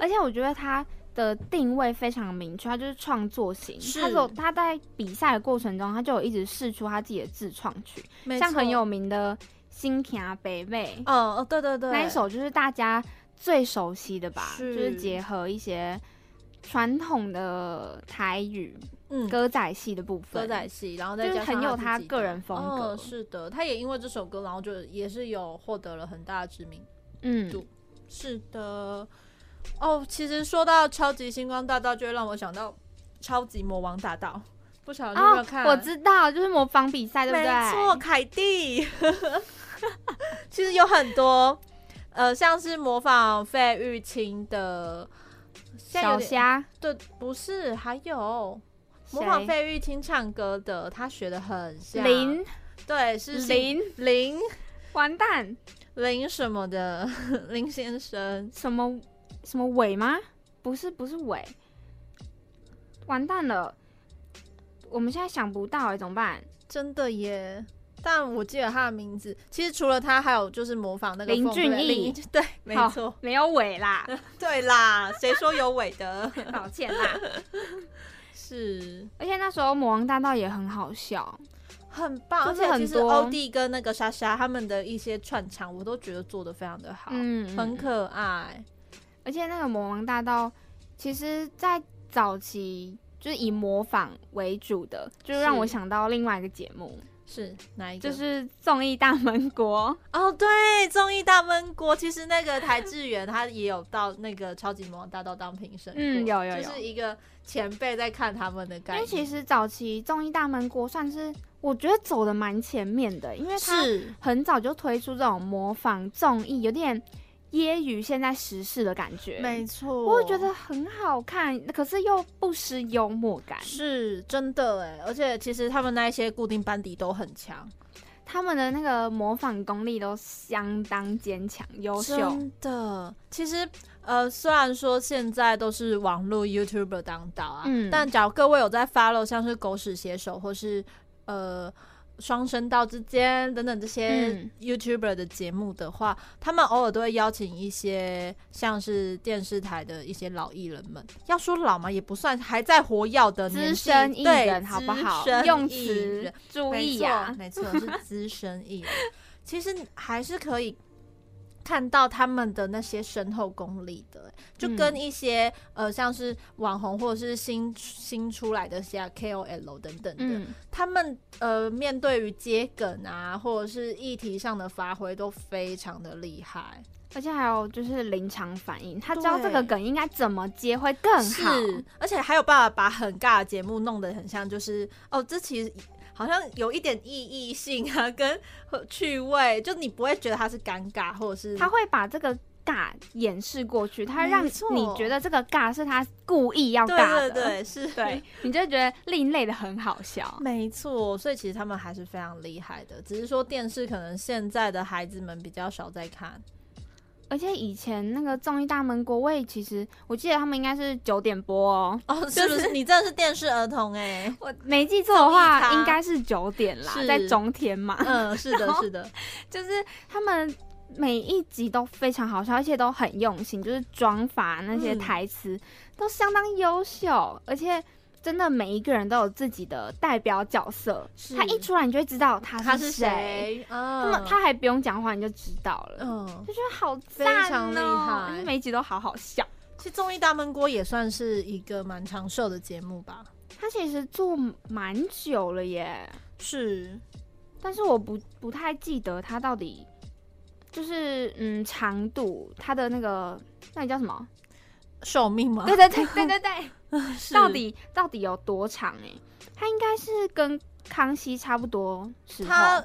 A: 而且我觉得他的定位非常明确，他就是创作型。
B: 是
A: 他有他在比赛的过程中，他就有一直试出他自己的自创曲，
B: 没
A: 像
B: 错
A: 很有，名的《心田北北》
B: 嗯，哦，对对对，
A: 那一首，就是大家最熟悉的吧，
B: 是
A: 就是结合一些传统的台语
B: 嗯，
A: 歌仔戏的部分。
B: 歌仔戏，然后再
A: 就是
B: 加上
A: 很有
B: 她
A: 她
B: 自己
A: 个
B: 的
A: 人风格
B: 嗯是的，她也因为这首歌，然后就也是有获得了很大的知名度
A: 嗯，
B: 度是的，哦，其实说到超级星光大道，就会让我想到超级魔王大道。不晓得你有没有
A: 哦
B: 看？，
A: 我知道，就是模仿比赛，对不对？
B: 没错，，凯蒂。 其实有很多，呃，像是模仿费玉清的，现在有
A: 小
B: 点
A: 虾
B: 对，不是，还有模
A: 谁
B: 仿费玉清唱歌的，他学的很像
A: 林
B: 对，是
A: 林
B: 林
A: 完蛋，
B: 林什么的 林先生，
A: 什么什么伟吗？不是，不是伟，完蛋了，我们现在想不到哎、怎么办？
B: 真的耶！但我记得他的名字，其实除了他，还有就是模仿那个
A: 林
B: 凤飞
A: 俊逸
B: 林 对，没
A: 好
B: 错，，
A: 没有伟 啦，
B: 对啦，谁说有尾 的？
A: 抱歉啦。
B: 是
A: 而且那时候魔王大道也很好笑，
B: 很棒，
A: 就
B: 而
A: 是
B: 且其
A: 很
B: 实
A: 多
B: 欧弟跟那个莎莎他们的一些串场，我都觉得做的非常的好，
A: 嗯，
B: 很可爱。
A: 而且那个魔王大道其实，在早期就是以模仿为主的，就是让
B: 是
A: 我想到另外一个节目，
B: 是哪一个？
A: 就是综艺大门国。
B: 哦，对，综艺大闷锅，其实那个台志远他也有到那个超级魔王大道当评审过，
A: 嗯有有有
B: 就是一个前辈在看他们的
A: 因
B: 感
A: 为
B: 觉，
A: 其实早期综艺大门国算是我觉得走的蛮前面的，因为它
B: 是
A: 很早就推出这种模仿综艺，有点揶揄现在时事的感觉。
B: 没错，
A: 我会觉得很好看，可是又不失幽默感。
B: 是真的哎，而且其实他们那一些固定班底都很强，
A: 他们的那个模仿功力都相当坚强、优秀。
B: 真的。其实呃，虽然说现在都是网络 YouTuber 当道啊，
A: 嗯
B: 但假如各位有在 follow 像是狗屎写手或是呃。双声道之间等等这些
A: 嗯
B: YouTuber 的节目的话，他们偶尔都会邀请一些像是电视台的一些老艺人们。要说老嘛，也不算，还在活跃的年
A: 资
B: 纪
A: 深艺
B: 对
A: 人好不好
B: 资？深
A: 用
B: 艺
A: 词
B: 人
A: 注
B: 没
A: 意啊
B: 错，
A: 呀、
B: 没错，是资深艺人，其实还是可以看到他们的那些深厚功力的欸，就跟
A: 嗯
B: 一些、呃像是网红或者是新新出来的一些啊 KOL 等等的，
A: 嗯，
B: 他们呃面对于接梗啊或者是议题上的发挥都非常的厉害，
A: 而且还有就是临场反应，他知道这个
B: 对
A: 梗应该怎么接会更好。
B: 是，而且还有办法把很尬的节目弄得很像，就是哦，这其实好像有一点意义性啊，跟和趣味，就你不会觉得它是尴尬，或者是
A: 他会把这个尬掩饰过去，他让
B: 没
A: 你
B: 错
A: 觉得这个尬是他故意要
B: 对
A: 尬
B: 对
A: 的，
B: 对是
A: 对，你就觉得另类的很好笑。
B: 没错，所以其实他们还是非常厉害的，只是说电视可能现在的孩子们比较少在看，
A: 而且以前那个综艺大门国卫，其实我记得他们应该是九点播哦，
B: 哦，是不是？你真的是电视儿童哎、
A: 我没记错的话
B: 综艺咖
A: 应该是九点啦，
B: 是
A: 在中天嘛，
B: 嗯，是的
A: 然，后
B: 是的，
A: 就是他们。每一集都非常好笑，而且都很用心，就是妆法那些
B: 嗯
A: 台词、都相当优秀，而且真的每一个人都有自己的代表角色，
B: 是
A: 他一出来你就会知道他
B: 他是
A: 是谁，
B: 谁？
A: 那么
B: 嗯，
A: 他还不用讲话你就知道了，
B: 嗯。
A: 就觉得好
B: 非
A: 赞哦、
B: 常厉害
A: 而且每一集都好好笑。
B: 其实综艺大闷锅也算是一个蛮长寿的节目吧。
A: 他其实做蛮久了耶，
B: 是，
A: 但是我不不太记得他到底就是嗯长度，他的那个那个叫什么？
B: 寿命吗？
A: 对对 对对对对，
B: 是
A: 到底到底有多长、欸？他应该是跟康熙差不多时候。
B: 他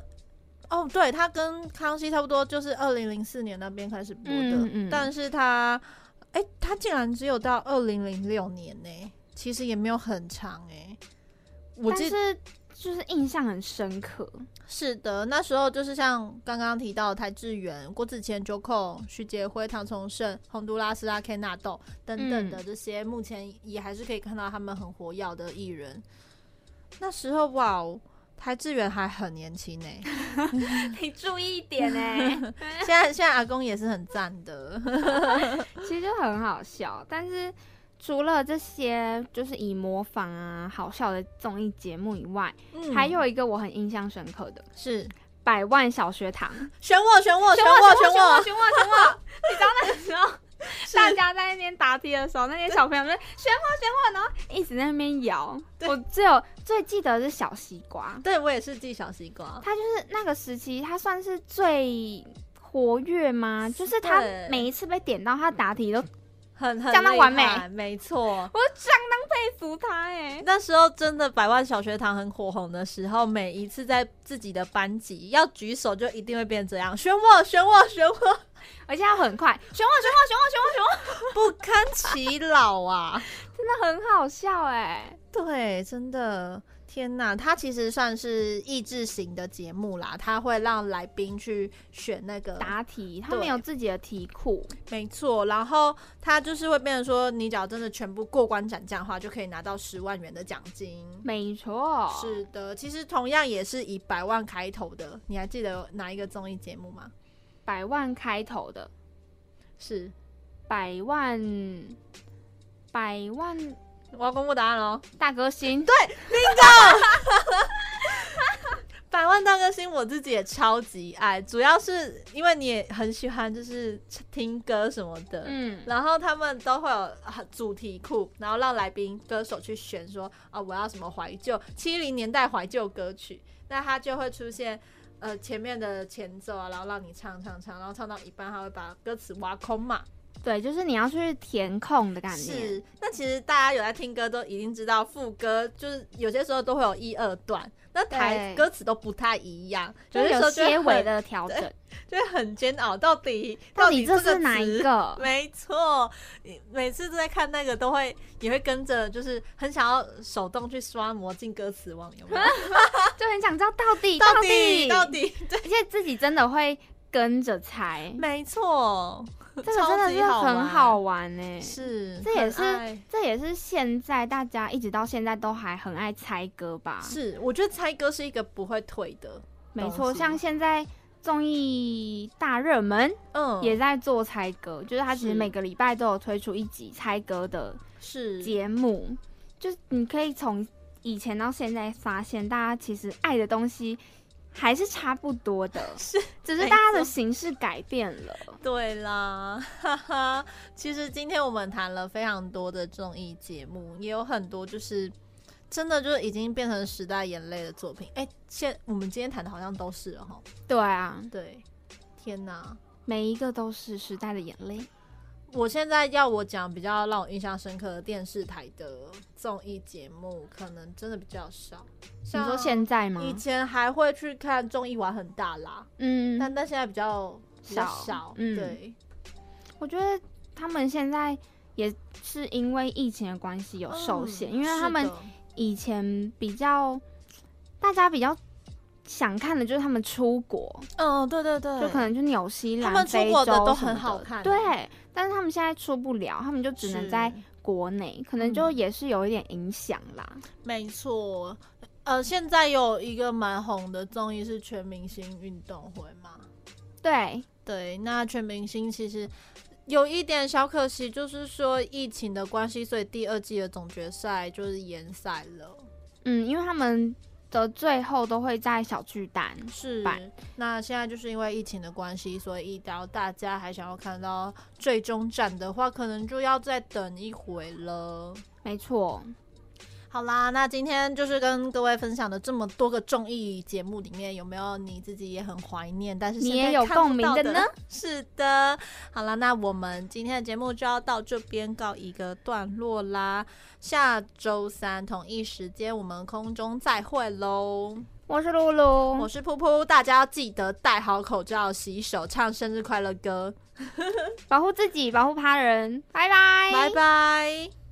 B: 哦，对，他跟康熙差不多，就是二零零四年那边开始播的，
A: 嗯嗯
B: 但是他，哎、他竟然只有到二零零六年呢、其实也没有很长哎、我
A: 但
B: 记得
A: 是就是印象很深刻。
B: 是的，那时候就是像刚刚提到的台志远、郭子乾、周控、徐杰辉、唐崇盛、洪都拉斯、阿 K 纳豆等
A: 嗯
B: 等的这些，目前也还是可以看到他们很活跃的艺人。那时候哇哦，台志远还很年轻呢、
A: 你注意一点哎、
B: 现在现在阿公也是很赞的，
A: 其实就很好笑，但是除了这些就是以模仿啊好笑的综艺节目以外，还有一个我很印象深刻的《
B: 是
A: 百万小学堂》
B: 选我选我选
A: 我
B: 我
A: 哦选
B: 选
A: 我
B: 我，
A: 选我选我！你知道那个时候大家在那边答题的时候，那些小朋友们选我选我，然后一直在那边摇。
B: 对
A: 我只有最记得是小西瓜，
B: 对我也是记小西瓜，
A: 他就是那个时期，他算是最。活跃吗？就是他
B: 对
A: 每一次被点到，他答题都我
B: 很很
A: 相当
B: 厉
A: 完美
B: 害没错。
A: 相当佩服他哎、
B: 那时候真的百万小学堂很火红的时候，每一次在自己的班级要举手，就一定会变这样，选我，选我，选我，
A: 而且他很快，选我选我选我选我选我，
B: 不堪其扰 啊！
A: 真的很好笑哎、
B: 对，真的，天哪，它其实算是益智型的节目啦，它会让来宾去选那个
A: 答题，他们有自己的题库，
B: 没错，然后它就是会变成说，你只要真的全部过关斩将的话，就可以拿到十万元的奖金。
A: 没错，
B: 是的，其实同样也是以百万开头的，你还记得有哪一个综艺节目吗？
A: 百万开头的，
B: 是，
A: 百万百万
B: 我要公布答案喽。
A: 大歌星，
B: 对，百万大歌星我自己也超级爱，主要是因为你也很喜欢，就是听歌什么的，
A: 嗯
B: 然后他们都会有啊主题库，然后让来宾歌手去选说啊，我要什么怀旧七零年代怀旧歌曲，那它就会出现呃前面的前奏啊，然后让你唱唱唱，然后唱到一半，他会把歌词挖空嘛。
A: 对，就是你要去填空的感觉。
B: 是，那其实大家有在听歌都一定知道，副歌就是有些时候都会有一二段，那台
A: 对
B: 歌词都不太一样，
A: 就
B: 些时
A: 有
B: 候就会
A: 些微
B: 很
A: 的调整，
B: 就会很煎熬，到底
A: 到
B: 底
A: 底
B: 这
A: 这是哪一
B: 词
A: 个？
B: 没错，你每次都在看那个，都会也会跟着，就是很想要手动去刷魔镜歌词网，有没有？
A: 就很想知道到底
B: 到
A: 啊底
B: 到底，对，
A: 而且自己真的会跟着猜，
B: 没错，
A: 这个真的是很好玩欸呢、
B: 是，
A: 这也
B: 很
A: 是
B: 爱
A: 这也是现在大家一直到现在都还很爱猜歌吧？
B: 是，我觉得猜歌是一个不会退的，
A: 没错，
B: 东西
A: 像现在综艺大热门
B: 嗯，
A: 也在做猜歌，就是它其实
B: 是
A: 每个礼拜都有推出一集猜歌的
B: 是
A: 节目，就是你可以从以前到现在发现，大家其实爱的东西还是差不多的，
B: 是，
A: 只是
B: 没
A: 大家的
B: 错
A: 形式改变了。
B: 对啦， 哈哈。其实今天我们谈了非常多的综艺节目，也有很多就是真的就是已经变成时代眼泪的作品。哎，现我们今天谈的好像都是哈，
A: 对啊，
B: 对，天哪！
A: 每一个都是时代的眼泪。
B: 我现在要我讲比较让我印象深刻的电视台的综艺节目，可能真的比较少。
A: 你
B: 像
A: 说现在吗？
B: 啊以前还会去看综艺玩很大啦，
A: 嗯，
B: 但但现在比较比较
A: 少
B: 少，
A: 嗯
B: 对，
A: 我觉得他们现在也是因为疫情的关系有受限，
B: 嗯
A: 因为他
B: 是
A: 们
B: 的
A: 以前比较大家比较想看的就是他们出国，
B: 嗯，对对对，
A: 就可能去纽西兰、
B: 他们出国的
A: 非洲
B: 都
A: 什么
B: 很好看
A: 对。但是他们现在出不了，他们就只能
B: 是嗯
A: 在国内，可能就也是有一点影响啦。
B: 没错，呃，现在有一个蛮红的综艺是全明星运动会嘛？
A: 对，
B: 对，那全明星其实有一点小可惜，就是说疫情的关系，所以第二季的总决赛就是延赛了。
A: 嗯，因为他们的最后都会在小巨蛋，
B: 是
A: 办，
B: 那现在就是因为疫情的关系，所以假如大家还想要看到最终战的话，可能就要再等一回了。
A: 没错。
B: 好啦，那今天就是跟各位分享的这么多个综艺节目里面，有没有你自己也很怀念，但是
A: 你
B: 现在
A: 也有
B: 看不
A: 共鸣
B: 到
A: 的
B: 的
A: 呢？
B: 是的，好啦，那我们今天的节目就要到这边告一个段落啦。下周三同一时间，我们空中再会喽。
A: 我是露露，
B: 我是噗噗，大家要记得戴好口罩、洗手、唱生日快乐歌。
A: 保护自己，保护他人，拜拜，
B: 拜拜。